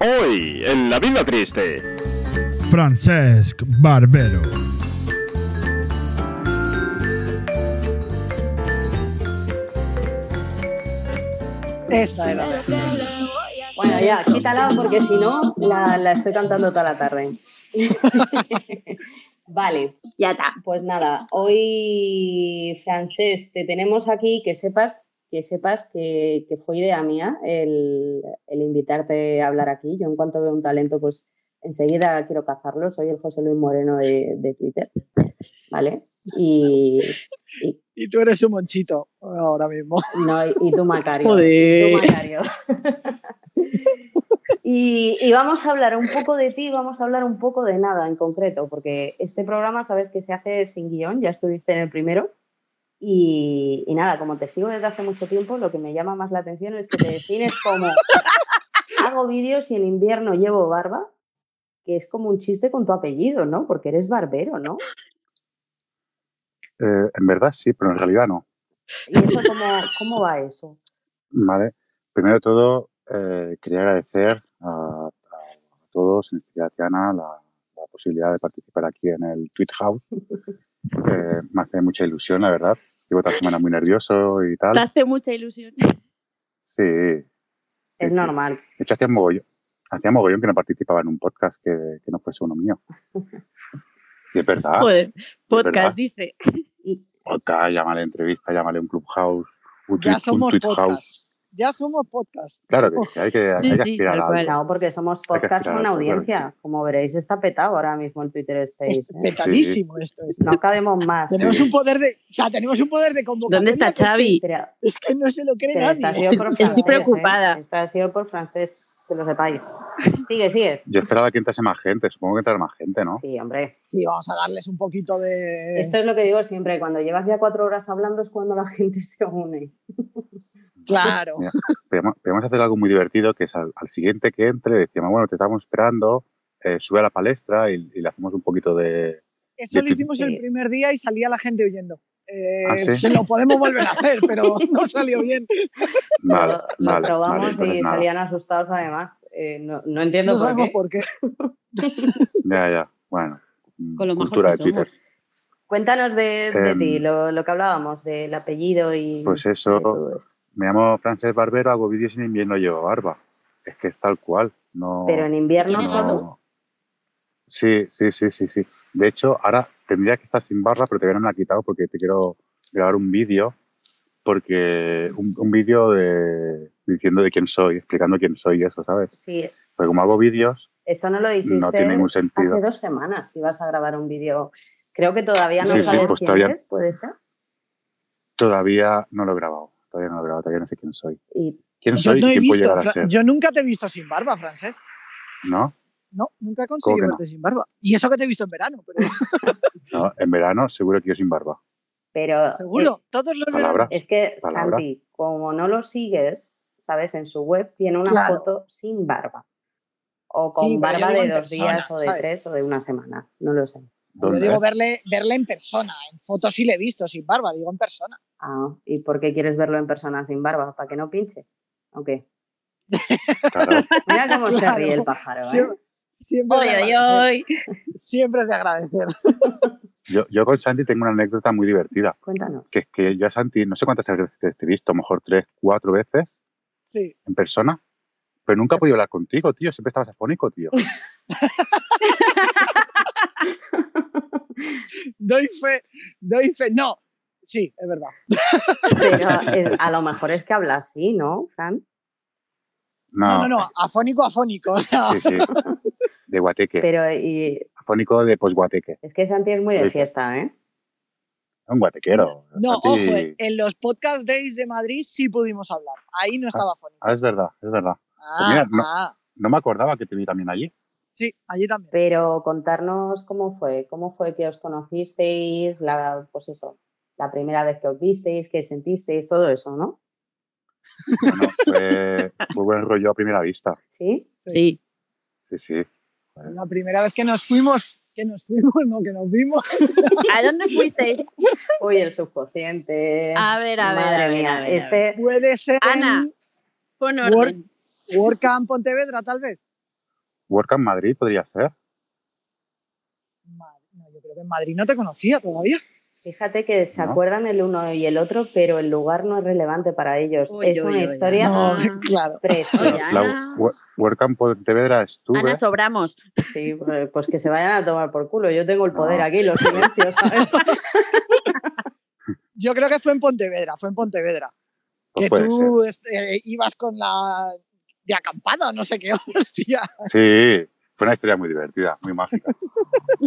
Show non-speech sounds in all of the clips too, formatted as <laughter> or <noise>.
Hoy, en La Vida Triste. Francesc Barbero. Esta era. Bueno, ya, quítala porque si no, la, la estoy cantando toda la tarde. vale, Ya está. pues nada, hoy, Francés, te tenemos aquí que sepas que sepas que, que fue idea mía el, el invitarte a hablar aquí. Yo en cuanto veo un talento, pues enseguida quiero cazarlo. Soy el José Luis Moreno de, de Twitter, ¿vale? Y, y- Y tú eres un monchito ahora <laughs> mismo. no, y- y tú, Macario. <laughs> Tú, Joder. Macario. <laughs> y, y vamos a hablar un poco de ti, vamos a hablar un poco de nada en concreto, porque este programa sabes que se hace sin guión, ya estuviste en el primero. Y, y nada, como te sigo desde hace mucho tiempo, lo que me llama más la atención es que te defines como hago vídeos y en invierno llevo barba, que es como un chiste con tu apellido, ¿no? Porque eres barbero, ¿no? Eh, en verdad sí, pero en realidad no. ¿Y eso cómo, cómo va eso? Vale. Primero de todo, eh, quería agradecer a, a- a todos, en especial a Tiana, la, la posibilidad de participar aquí en el Tweet <laughs> House. Eh, me hace mucha ilusión, la verdad. Llevo toda la semana muy nervioso y Te tal. hace mucha ilusión. Sí. De Es Sí, sí. normal. hecho, hacía mogollón, hacía mogollón que no participaba en un podcast que, que no fuese uno mío. Y Ah, es verdad. <laughs> Joder, verdad. podcast, dice. Podcast, llámale entrevista, llámale un clubhouse, un, Ya tweet- un somos tweet house. podcast. Ya somos podcast. Claro que sí, hay que, hay Sí, que sí, aspirar tal a algo. cual. No, porque somos Hay que podcast aspirar con a algo, claro que audiencia. Como veréis, está petado ahora mismo el Twitter Es Space. ¿eh? petadísimo esto. es- No cabemos más. Tenemos un poder de. O sea, tenemos un poder de ¿Dónde convocatoria. está Xavi? Pero, Es que no se lo cree pero esta ha nadie. sido por Estoy francés, ¿eh? preocupada. Esta ha sido por francés, que lo sepáis. Sigue, sigue. Yo esperaba que entrase más gente, supongo que entrará más gente, ¿no? Sí, hombre. Sí, vamos a darles un poquito de. Esto es lo que digo siempre. Cuando llevas ya cuatro horas hablando es cuando la <laughs> gente se une. Claro. Mira. Podíamos, podíamos hacer algo muy divertido, que es al, al siguiente que entre, decíamos, bueno, te estamos esperando, eh, sube a la palestra y, y le hacemos un poquito de... Eso lo Sí. hicimos el primer día y salía la gente huyendo. Eh, ¿Ah, sí? Se lo podemos volver a hacer, <laughs> pero no salió bien. Vale, Lo- lo vale, probamos vale, entonces y nada. salían asustados además. Eh, no, no entiendo No por sabemos qué. por qué. Ya, ya, bueno. mm, Con lo mejor cultura que de Twitter. Cuéntanos de, de Em, ti, lo, lo que hablábamos, del apellido y... Pues y eso, todo esto. me llamo Frances Barbero, hago vídeos en invierno, llevo barba. Es que es tal cual, no... Pero en invierno no. solo. Sí, sí, sí, sí, sí. De hecho, ahora tendría que estar sin barra, pero todavía no me la he quitado porque te quiero grabar un vídeo, porque un, un vídeo de diciendo de quién soy, explicando quién soy y eso, ¿sabes? Sí, Porque como hago vídeos, Eso no lo dijiste no tiene ningún sentido. hace dos semanas que ibas a grabar un vídeo. Creo que todavía no Sí, sí, sabes pues quién todavía- eres, puede ser. Todavía no lo he grabado, todavía no lo he grabado, todavía no sé quién soy. Y ¿Quién Yo soy no y he quién puedo visto. llegar a Fra- ser? Yo nunca te he visto sin barba, Francés. ¿No? No, nunca he conseguido que no? verte sin barba. Y eso que te he visto en verano, <laughs> pero No, en verano seguro que yo sin barba. pero seguro. Todos los veranos. Palabra. es que Palabra. Santi, como no lo sigues, sabes, en su web tiene una Claro. foto sin barba. O con Sí, pero yo barba digo de en dos persona, días o de ¿sabes? tres o de una semana. No lo sé. Yo ¿Dónde? digo verle, verle en persona. En fotos sí le he visto sin barba, digo en persona. Ah, ¿y por qué quieres verlo en persona sin barba? ¿Para que no pinche? Ok. Claro. Mira <laughs> cómo se Claro. ríe el pájaro. ¿eh? Siempre, siempre, Oy, es de oy, agradecer, oy. siempre es de agradecer. <laughs> Yo, yo con Santi tengo una anécdota muy divertida, Cuéntanos. que es que yo a Santi, no sé cuántas veces te he visto, a lo mejor tres, cuatro veces, Sí. en persona, pero nunca he podido hablar contigo, tío. Siempre estabas afónico, tío. Doy fe, doy fe. No, sí, es verdad. Pero eh, a lo mejor es que habla así, ¿no, Fran? <laughs> No, no, no. Afónico, afónico. <laughs> O sea, Sí, sí. De guateque. Pero y, Afónico de posguateque. es que Santi es muy de Sí. fiesta, ¿eh? Un guatequero. no, Santi- ojo, eh, en los podcast days de Madrid sí pudimos hablar. Ahí no estaba afónico. Ah, es verdad, es verdad. Ah, mira, no. ah, No me acordaba que te vi también allí. sí, allí también. Pero contarnos cómo fue, cómo fue que os conocisteis, la, pues eso, la primera vez que os visteis, qué sentisteis, todo eso, ¿no? Bueno, <laughs> fue muy buen rollo a primera vista. Sí. Sí, Sí, sí. La primera vez que nos fuimos, que nos fuimos, no, que nos vimos. ¿a dónde <laughs> fuisteis? Uy, el subconsciente. A ver, a ver, Madre a ver. mía, a ver, a ver. este. Puede ser Ana, en pon Word. orden. WordCamp Pontevedra, tal vez. WordCamp Madrid podría ser. Madrid- no, yo creo que en Madrid no te conocía todavía. Fíjate que se ¿No? acuerdan el uno y el otro, pero el lugar no es relevante para ellos. Uy, es uy, una uy, historia No, Ah. <laughs> claro. <laughs> preciosa. Oye, La Ana. Wo- WordCamp Pontevedra estuve. Ana, sobramos. Sí, pues- pues que se vayan a tomar por culo. Yo tengo el poder No. aquí, los silencios, <laughs> ¿sabes? Yo creo que fue en Pontevedra, fue en Pontevedra. pues que puede tú este, ibas con la de acampada, no sé qué, <laughs> hostia. ser. Sí, fue una historia muy divertida, muy mágica,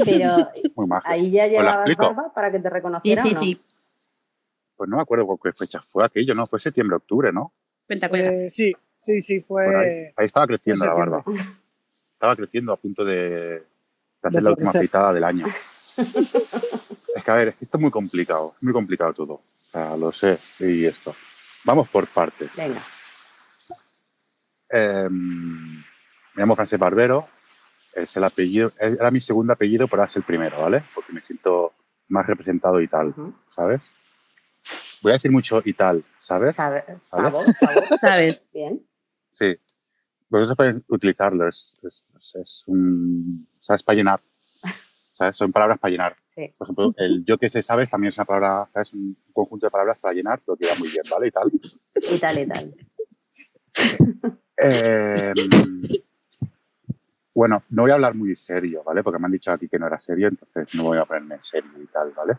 Pero muy mágica. ahí ya llevabas explico. barba para que te Sí, reconocieran. sí, ¿o no? sí. Pues no me acuerdo con qué fecha fue aquello, ¿no? Fue septiembre-octubre, ¿no? Cuenta, cuenta. Eh, sí, sí, sí, Por fue. ahí. Ahí estaba creciendo fue la barba. Estaba creciendo a punto de, de hacer la florecer. última pitada del año. es que, a ver, es que esto es muy complicado, es muy complicado todo. O sea, lo sé, y esto. Vamos por partes. Venga. Eh, me llamo Francés Barbero, es el apellido, era mi segundo apellido, pero ahora es el primero, ¿vale? Porque me siento más representado y tal, Ujú. ¿sabes? Voy a decir mucho y tal, ¿sabes? Sabe- Sabo, <laughs> sabo. ¿Sabes? Bien. Sí. Vosotros podéis utilizarlo, es, es- es- es un. ¿Sabes? Para llenar. ¿Sabes? Son palabras para llenar. Sí. Por ejemplo, el yo que sé sabes también es una palabra, ¿sabes? Un conjunto de palabras para llenar, lo que va muy bien, ¿vale? Y tal. Y tal y tal. Eh, bueno, no voy a hablar muy serio, ¿vale? Porque me han dicho aquí que no era serio, entonces no voy a ponerme serio y tal, ¿vale?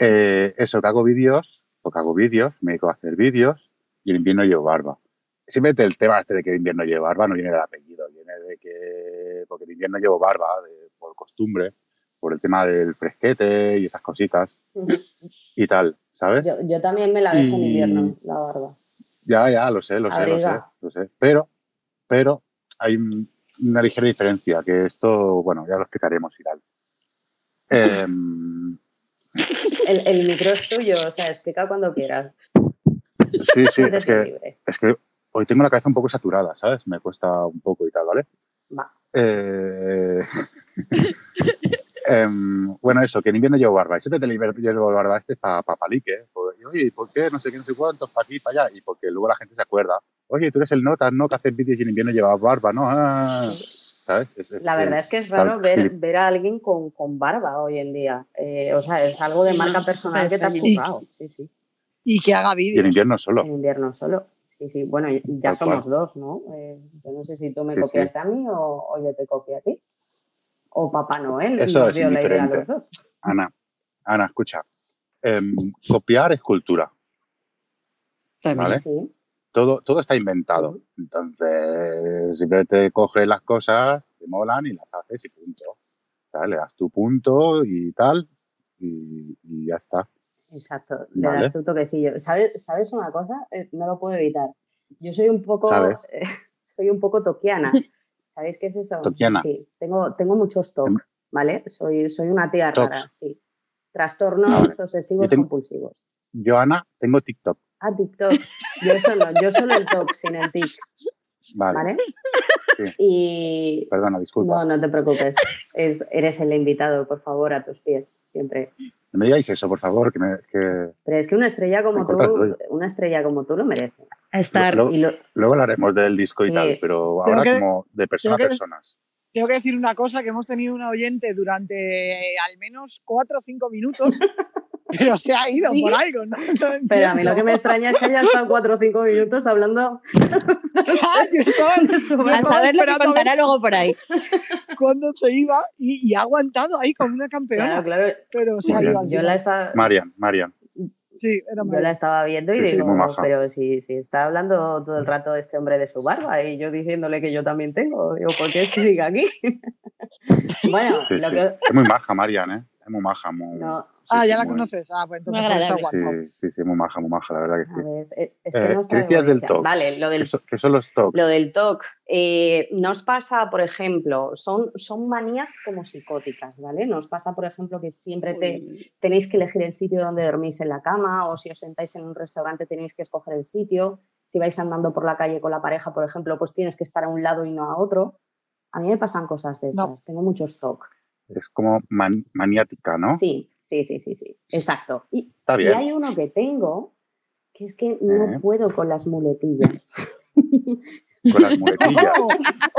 Eh, eso, que hago vídeos, porque hago vídeos, me dedico a hacer vídeos y en invierno llevo barba. Simplemente el tema este de que en invierno llevo barba no viene del apellido, viene de que. Porque en invierno llevo barba, de- por costumbre, por el tema del fresquete y esas cositas y tal, ¿sabes? Yo, yo también me la dejo en Y- invierno, la barba. Ya, ya, lo sé, lo sé, lo sé, Abriga. lo sé. Pero, pero hay un- una ligera diferencia, que esto, bueno, ya lo explicaremos y tal. Em, El, el micro es tuyo, o sea, explica cuando quieras. sí, <laughs> sí, es Siéntete que, libre. es que hoy tengo la cabeza un poco saturada, ¿sabes? Me cuesta un poco y tal, ¿vale? Va. Eh, <laughs> em, bueno, eso, que en invierno llevo barba. Y siempre te liber- llevo barba este para palique. Por- y, Oye, ¿y por qué? No sé qué, no sé cuántos, para aquí, para allá. Y porque luego la gente se acuerda. Oye, tú eres el nota, ¿no? Que haces vídeos y en invierno llevas barba, ¿no? Ah, ¿Sabes? Es- La verdad es que es tal- raro ver, ver a alguien con, con barba hoy en día. Eh, o sea, es algo de Sí, marca no, personal que te has extraño. currado. Sí, sí. Y que haga Y en vídeos. invierno solo. En invierno solo. Sí, sí. Bueno, ya Tal somos dos, ¿no? Eh, yo no sé si tú me Sí, sí. copiaste a mí o, o yo te copié a ti. O Papá Noel Eso nos es dio la idea a los indiferente. dos. Ana, Ana, escucha. Em, copiar es cultura. ¿Vale? Sí. todo, todo está inventado. Entonces, simplemente coges las cosas, te molan y las haces y punto. ¿Sabes? Le das tu punto y tal, y, y ya está. Exacto, le Vale. das tu toquecillo. ¿Sabes, ¿Sabes una cosa? Eh, no lo puedo evitar. Yo soy un poco, ¿Sabes? eh, <laughs> soy un poco <laughs> toquiana. ¿Sabéis qué es eso? Toquiana. Sí, tengo, tengo muchos Em- TOC, ¿vale? Soy, soy una tía Tocs. rara, sí. Trastornos Vale. obsesivos Yo tengo- compulsivos. Yo, Ana, tengo TikTok. Ah, TikTok. Yo eso no, yo solo el TOC, sin el TIC, <laughs> Vale, ¿vale? sí. Y... Perdona, disculpa. No, no te preocupes. Es- eres el invitado, por favor, a tus pies, siempre. No me digáis eso, por favor, que, me- que- Pero es que una estrella como Me corta el tú, rollo. una estrella como tú lo merece. A estar. Luego- Y lo- luego hablaremos del disco y Sí. tal, pero ahora que- como de persona a tengo que- personas. Tengo que decir una cosa, que hemos tenido una oyente durante eh, al menos cuatro o cinco <laughs> minutos, pero se ha ido Sí. por algo. ¿no? No <laughs> Pero a mí lo que entiendo. me extraña es que haya estado cuatro o cinco minutos hablando. <laughs> Ah, yo <laughs> estaba- yo de su estaba A saber lo que esperando a ver contará luego por ahí. cuándo se iba y, y ha aguantado ahí como una campeona, Claro, claro. pero se ha Muy ido bien. al Yo final. la, estaba, Marian, Marian. Sí, era yo María. la estaba viendo y Sí, sí, digo, muy maja. pero si, si está hablando todo el rato este hombre de su barba y yo diciéndole que yo también tengo, digo, ¿por qué es que sigue aquí? <laughs> bueno, Sí, lo sí. que. Es muy maja, Marian, ¿eh? Es muy maja, muy... No, Ah, sí, ya la muy- conoces. Ah, pues entonces Muy por eso ha agradable. aguantado. Sí, sí, sí, muy maja, muy maja, la verdad que a sí. ver, es, es que Eh, no está ¿qué de decías del bonita. TOC? Vale, lo ¿Qué del son, qué son los tocs? Lo del TOC. eh, nos pasa, por ejemplo, son, son manías como psicóticas, ¿vale? Nos pasa, por ejemplo, que siempre te, tenéis que elegir el sitio donde dormís en la cama o si os sentáis en un restaurante tenéis que escoger el sitio. Si vais andando por la calle con la pareja, por ejemplo, pues tienes que estar a un lado y no a otro. A mí me pasan cosas de No. estas, tengo muchos TOC. Es como man- maniática, ¿no? Sí, sí, sí, sí, sí, exacto. Y, ¿Ah? Está y bien. hay uno que tengo que es que no Eh. puedo con las muletillas. <laughs> con las <laughs> muletillas. Oh,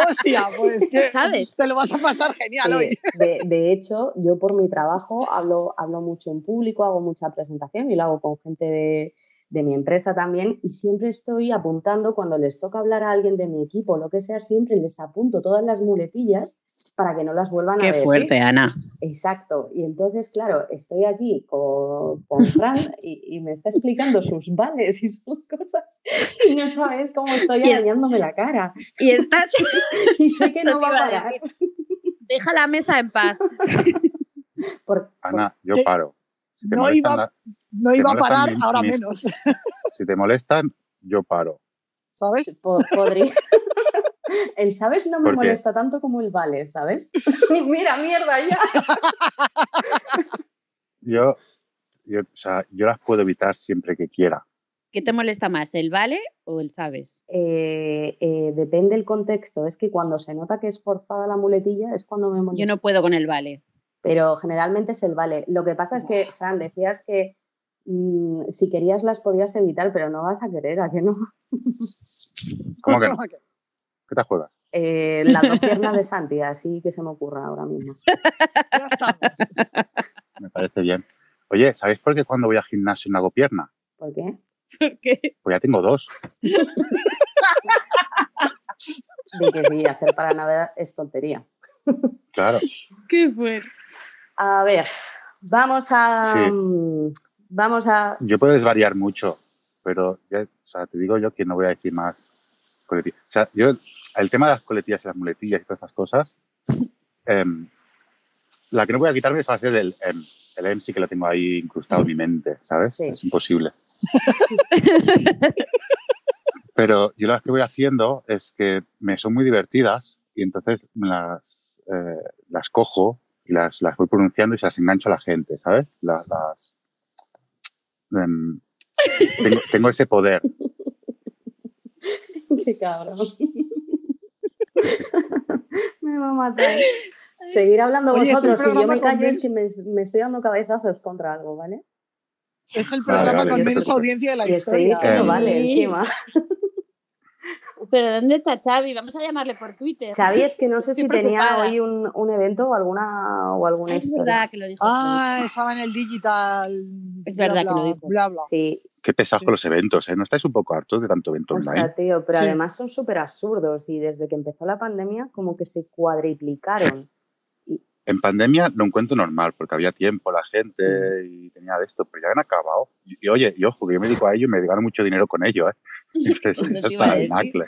hostia, pues <laughs> que ¿Sabes? te lo vas a pasar genial Sí, hoy. De, de hecho, yo por mi trabajo hablo, hablo mucho en público, hago mucha presentación y la hago con gente de, de mi empresa también y siempre estoy apuntando cuando les toca hablar a alguien de mi equipo o lo que sea, siempre les apunto todas las muletillas para que no las vuelvan a Qué decir. fuerte, Ana. Exacto. Y entonces, claro, estoy aquí con, con Fran y, y me está explicando sus vales y sus cosas y no sabes cómo estoy Y el- arañándome la cara Y estás. <laughs> y sé que no Eso va te a iba a parar. Deja la mesa en paz. por- Ana, yo Te- paro. Si te, No molestan iba, la- no te iba a molestan parar, mis- ahora mis- menos, <laughs> si te molestan, yo paro. ¿sabes? Po- podría. <laughs> El sabes no me ¿Por qué? molesta tanto como el vale, ¿sabes? <laughs> Mira, mierda, ya. Yo, yo, o sea, yo las puedo evitar siempre que quiera. ¿Qué te molesta más, el vale o el sabes? Eh, eh, depende el contexto. Es que cuando se nota que es forzada la muletilla es cuando me molesta. Yo no puedo con el vale. <laughs> Pero generalmente es el vale. Lo que pasa es que, Fran, decías que mm, si querías las podías evitar, pero no vas a querer, ¿a que no? <laughs> <laughs> ¿Cómo que no? ¿Qué te juegas? Eh, la dos piernas de Santi, así que se me ocurra ahora mismo. Ya estamos. Me parece bien. Oye, ¿sabéis por qué cuando voy al gimnasio no hago pierna? ¿Por qué? Porque Pues ya tengo dos. De que sí, hacer para nada es tontería. Claro. Qué fuerte. A ver, vamos a. Sí. mm, Vamos a. <laughs> Yo puedo desvariar mucho, pero ya, o sea, te digo yo que no voy a decir más coletillas. O sea, yo, el tema de las coletillas y las muletillas y todas estas cosas, em, la que no voy a quitarme es va a ser el em. El em sí que lo tengo ahí incrustado en mi mente, ¿sabes? Sí. Es imposible. <laughs> pero yo las que voy haciendo es que me son muy divertidas y entonces me las, eh, las cojo y las, las voy pronunciando y se las engancho a la gente, ¿sabes? Las, las, em, tengo, tengo ese poder. Qué cabrón. <laughs> me va a matar. Seguir hablando Oye, es un vosotros. Si yo programa me callo, con es que me, me estoy dando cabezazos contra algo, ¿vale? Es el Vale, programa vale, con ya te menos preocupes. audiencia de la Y estoy historia. que no Eh, vale encima. Pero ¿dónde está Xavi? Vamos a llamarle por Twitter. Xavi, es que no sé Estoy si tenía preocupada. hoy un, un evento o alguna, o alguna Ah, es historia. verdad que lo dijo. Ah, estaba en el digital. Es bla, verdad que lo bla, dijo. Bla, bla. Sí, Qué pesados Sí. con los eventos, ¿eh? ¿No estáis un poco hartos de tanto evento Ostras, online? tío, pero Sí. además son súper absurdos y desde que empezó la pandemia como que se cuadriplicaron. En pandemia lo encuentro normal, porque había tiempo la gente y tenía de esto, pero ya han acabado. Y, y oye, y ojo, que yo me dedico a ello y me gano mucho dinero con ello, ¿eh? <laughs> Estoy Eso te iba a hasta el decir. nacle.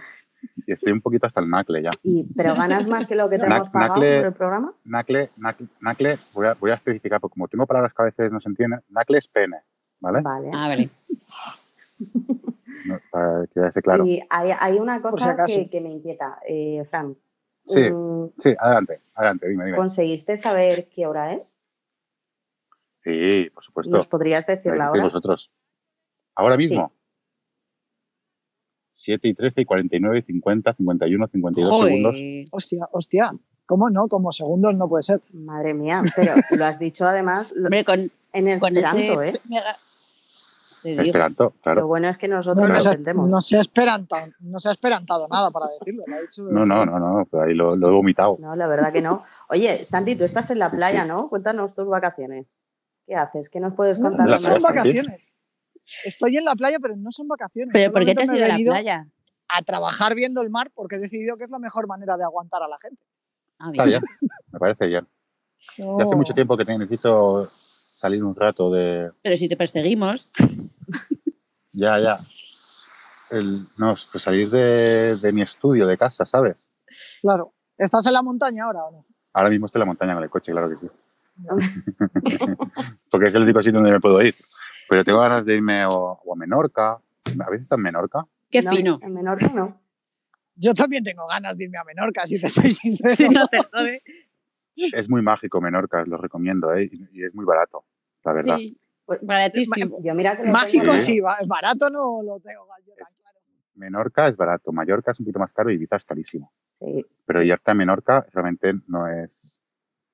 Y Estoy un poquito hasta el nacle ya. Y, pero ganas más que lo <laughs> que te Nac- hemos pagado nacle- por el programa. Nacle, nacle, nacle, voy a, voy a especificar, porque como tengo palabras que a veces no se entienden, nacle es pene, ¿vale? Vale. Ah, vale. No, para que quede claro. Y hay, hay una Por si cosa acaso. que, que me inquieta, eh, Fran. Sí, Mm, sí, adelante, adelante, dime, dime. ¿Conseguiste saber qué hora es? Sí, por supuesto. ¿Nos podrías decir Me la decís hora? vosotros. Ahora mismo. 7 y 13 y 49 y 50, 51, 52 segundos. Joder. Hostia, hostia. ¿Cómo no? Como segundos no puede ser. Madre mía, pero lo has dicho además <laughs> lo- Hombre, con, en con esperanto, ese ¿eh? mega- Te digo. Esperanto, Lo claro. bueno es que nosotros No, no, lo se, entendemos. no, se ha esperantado, no se ha esperantado nada para decirlo. lo ha dicho de- No, no, no, no, pero ahí lo, lo he vomitado. No, la verdad que no. Oye, Santi, tú estás en la Sí, playa, sí. ¿no? Cuéntanos tus vacaciones. ¿Qué haces? ¿Qué nos puedes No, contar? no La de son playa, más? Santi. vacaciones. Estoy en la playa, pero no son vacaciones. ¿Pero por qué te Solamente has me he ido a la venido playa? A trabajar viendo el mar porque he decidido que es la mejor manera de aguantar a la gente. Ah, Está bien, <laughs> me parece bien. No. Ya hace Oh. mucho tiempo que te- necesito salir un rato de. Pero si te perseguimos, Ya, ya. El- no, pues salir de, de mi estudio, de casa, ¿sabes? Claro. ¿Estás en la montaña ahora o no? Ahora mismo estoy en la montaña con el coche, claro que sí. Porque es el único sitio donde me puedo ir. Pero tengo ganas de irme o, o a Menorca. ¿Habéis estado en Menorca? qué No, <laughs> fino. En Menorca no. Yo también tengo ganas de irme a Menorca, si te soy sincero. Si no te jode. Es muy mágico Menorca, os lo recomiendo, ¿eh? Y y es muy barato, la <laughs> verdad. Sí. Pues Baratísimo. Yo mira que lo Mágico tengo- ¿eh? Sí. sí, va- barato no lo tengo yo tan claro. Menorca es barato, Mallorca es un poquito más caro y Ibiza es carísimo. Sí. Pero irte a Menorca realmente no es,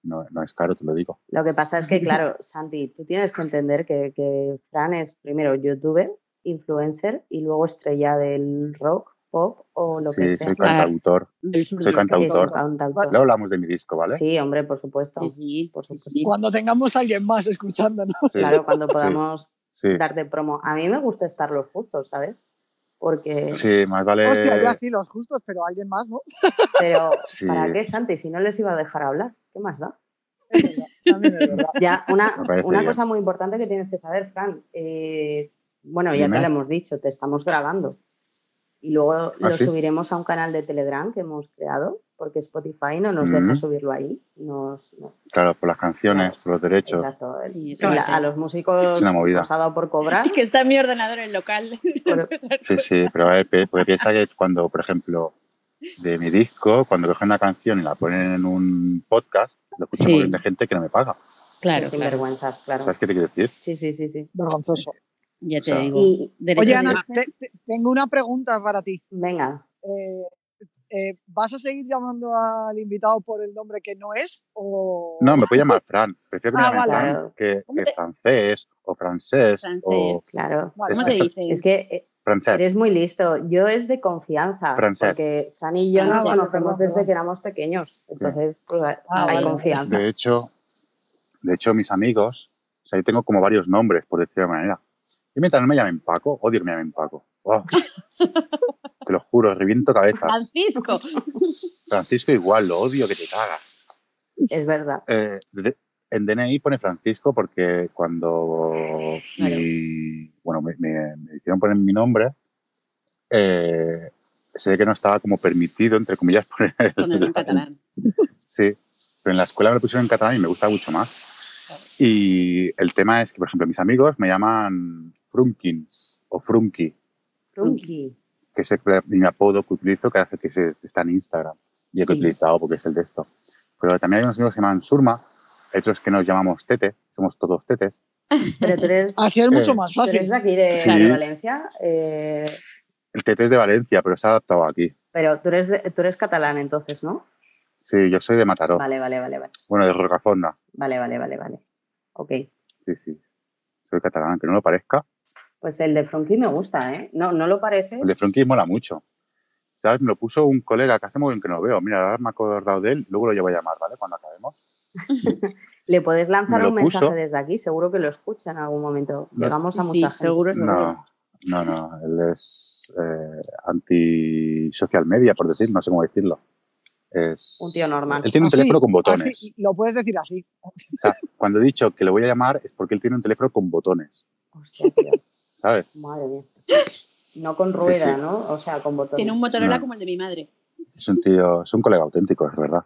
no, no es caro, te lo digo. Lo que pasa es que, claro, Santi, tú tienes que entender que, que Fran es primero youtuber, influencer y luego estrella del rock pop o lo que Sí, sea. soy cantautor. del sur. Soy cantautor. Eso, cantautor. Luego hablamos de mi disco, ¿vale? Sí, hombre, por supuesto. Sí, sí, Por sí, supuesto. sí. Cuando tengamos a alguien más escuchándonos. Sí. Claro, cuando Sí. podamos Sí, dar de promo. A mí me gusta estar los justos, ¿sabes? Porque, sí más vale. Hostia, ya sí, los justos, pero alguien más, ¿no? pero, Sí. ¿para qué, Santi? Si no les iba a dejar hablar, ¿qué más da? También es verdad. <laughs> Ya, una, Me parece una bien. cosa muy importante que tienes que saber, Fran. eh, bueno, ya Dime. ¿Ah, te lo hemos dicho, te estamos grabando. Y luego lo sí? subiremos a un canal de Telegram que hemos creado, porque Spotify no nos deja Ujú. subirlo ahí. Nos, no, Claro, por las canciones, por los derechos. exacto, el- Sí, eso la- va a ser. a los músicos Es una movida. nos ha dado por cobrar. <laughs> Es que está en mi ordenador el local. por- Sí, sí, pero a ver, pe- porque piensa que cuando, por ejemplo, de mi disco, cuando cogen una canción y la ponen en un podcast, lo escucha Sí. un montón de gente que no me paga. <laughs> Claro, sin claro. vergüenzas, claro. ¿Sabes qué te quiero decir? Sí, sí, sí, sí. Vergonzoso. <laughs> Ya te O sea, digo. Y Derecho Oye, de Ana, imagen. te- te- tengo una pregunta para ti. venga, Eh, eh, ¿Vas a seguir llamando al invitado por el nombre que no es? O... No, me puede llamar Fran. Prefiero que me Ah, llame vale. Fran que, ¿Cómo que te- francés o francés. O claro. Vale, Es- ¿Cómo vale. se esto- dice? Es que eh, francés. eres muy listo. Yo es de confianza. Francés. Porque San y yo Ah, nos vale, conocemos perdón, desde perdón. que éramos pequeños. Entonces, pues, Ah, hay vale. <laughs> confianza. De hecho, de hecho, mis amigos, o sea, yo tengo como varios nombres, por decirlo de alguna manera. Y mientras no me llamen Paco, odio que me llamen Paco. Oh. te lo juro, reviento cabezas. <laughs> Francisco. Francisco igual, lo odio que te cagas. Es verdad. Eh, de- en DNI pone Francisco porque cuando Claro. mi- bueno, me, me- me hicieron poner mi nombre, eh, se ve que no estaba como permitido, entre comillas, <laughs> poner el- Ponerlo en catalán. Sí, pero en la escuela me lo pusieron en catalán y me gusta mucho más. Y el tema es que, por ejemplo, mis amigos me llaman Frumkins o Frumki, Frunky. que es el- mi apodo que utilizo, que hace que se- está en Instagram y el que he Sí. utilizado porque es el de esto. Pero también hay unos amigos que se llaman Surma, hay otros que nos llamamos Tete, somos todos Tetes. Pero tú eres, Así es Eh. mucho más tú Ah, fácil. eres de aquí, de, Sí. de Valencia. eh, El Tete es de Valencia, pero se ha adaptado aquí. pero tú eres, de- tú eres catalán entonces, ¿no? Sí, yo soy de Mataró, Vale, vale, vale, vale. bueno, de Rocafonda. Vale, vale, vale, vale. Ok. Sí, sí, soy catalán, aunque no lo parezca. Pues el de Frunky me gusta, ¿eh? No, no lo parece. El de Frumkins mola mucho. ¿Sabes? Me lo puso un colega que hace muy bien que no lo veo. Mira, ahora me he acordado de él, luego lo llevo a llamar, ¿vale? Cuando acabemos. Le puedes lanzar Me lo un mensaje puso. desde aquí, seguro que lo escucha en algún momento. Lo- Llegamos a Sí, mucha gente. seguro, seguro. No, no, no. Él es eh, anti-social media, por decir, no sé cómo decirlo. Es... Un tío normal. Ah, Él tiene un Así, teléfono con botones. así, lo puedes decir así. O sea, cuando he dicho que le voy a llamar es porque él tiene un teléfono con botones, Hostia, tío, ¿sabes? madre mía. No con rueda, sí. ¿no? O sea, con botones. Tiene un Motorola No. como el de mi madre. Es un tío, es un colega auténtico, es verdad.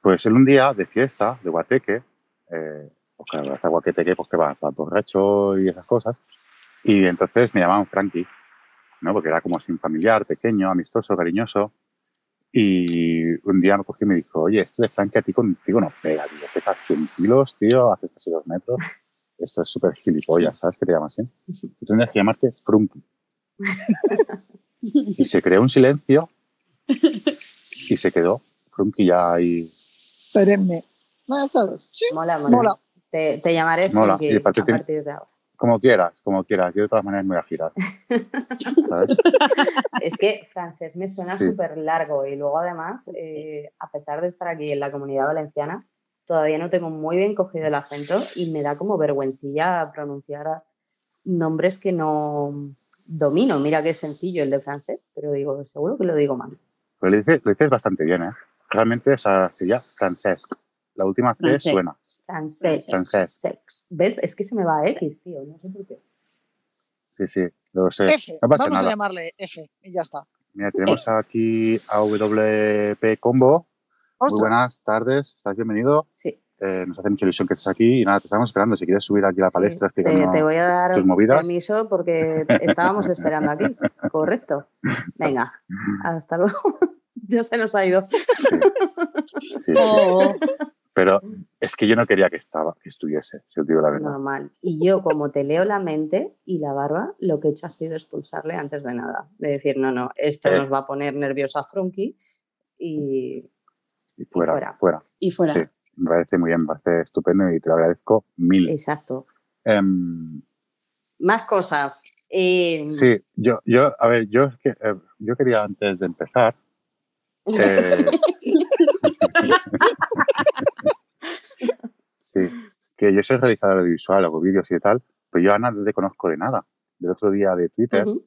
Pues él un día de fiesta, de guateque, eh, pues claro, hasta guateque pues que va, va borracho y esas cosas, y entonces me llamaban Frankie, ¿no? Porque era como sin familiar, pequeño, amistoso, cariñoso, y un día me cogió y me dijo, oye, esto de Frankie a ti contigo no pega, tío, pesas 100 kilos, tío, haces casi dos metros, esto es súper gilipollas, ¿sabes qué te llamas, eh? Tú tendrías que llamarte Frunky. y se creó un silencio y se quedó. Frunky ya ahí. <laughs> Perenne. Buenas tardes. Sí, Mola, mola. mola. Te, te llamaré Mola, Funky y aparte a tiene- partir de ahora. Como quieras, como quieras. Yo de todas maneras me voy a girar. ¿Sabes? Es que francés me suena Sí. súper largo y luego además, eh, a pesar de estar aquí en la comunidad valenciana, todavía no tengo muy bien cogido el acento y me da como vergüencilla pronunciar nombres que no domino. Mira que es sencillo el de francés, pero digo, seguro que lo digo mal. Pero lo dices, lo dices bastante bien, ¿eh? Realmente, o sea, sería francés. La última C Francesc. suena. Francés. Francés. Sex. ¿Ves? Es que se me va a X, tío. No sé por qué. Sí, sí, lo sé. F. Eh, No pasa Vamos a nada. llamarle F. Y ya está. Mira, tenemos aquí a WP Combo. Muy Ostras, buenas tardes, estás bienvenido. Sí. Eh, nos hace mucha ilusión que estés aquí y nada, te estamos esperando. Si quieres subir aquí a la sí. palestra, Te, explicando. te voy a dar tus movidas. permiso porque estábamos esperando aquí. Correcto. Venga. Hasta luego. <laughs> ya se nos ha ido. Sí. <laughs> Sí, sí. <laughs> Oh, Pero es que yo no quería que estaba, que estuviese, si os digo la verdad. Normal. Y yo, como te leo la mente y la barba, lo que he hecho ha sido expulsarle antes de nada. De decir, no, no, esto Eh. nos va a poner nervioso a Frunky y Y fuera, fuera. fuera. y fuera. Sí, me parece muy bien, me parece Mm. estupendo y te lo agradezco mil. exacto. Em, Más cosas. Eh, Sí, yo, yo, a ver, yo, es que, eh, yo quería antes de empezar. eh, sí, que yo soy realizador audiovisual, hago vídeos y tal, pero yo a Ana no te conozco de nada. Del otro día de Twitter, ujú.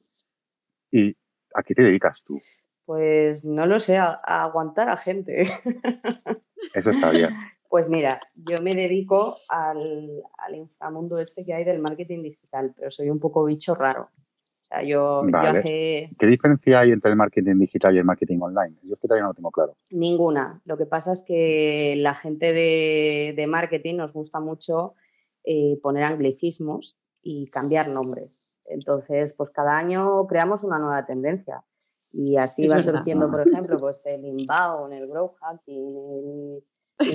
¿y a qué te dedicas tú? Pues no lo sé, a- a aguantar a gente. Eso está bien. Pues mira, yo me dedico al, al inframundo este que hay del marketing digital, pero soy un poco bicho raro. O sea, yo, yo Vale. hace ¿Qué diferencia hay entre el marketing digital y el marketing online? Yo es que todavía no lo tengo claro. ninguna. Lo que pasa es que la gente de, de marketing nos gusta mucho eh, poner anglicismos y cambiar nombres. Entonces, pues cada año creamos una nueva tendencia. Y así Es va verdad. surgiendo, <laughs> por ejemplo, pues el inbound, el grow hacking, el,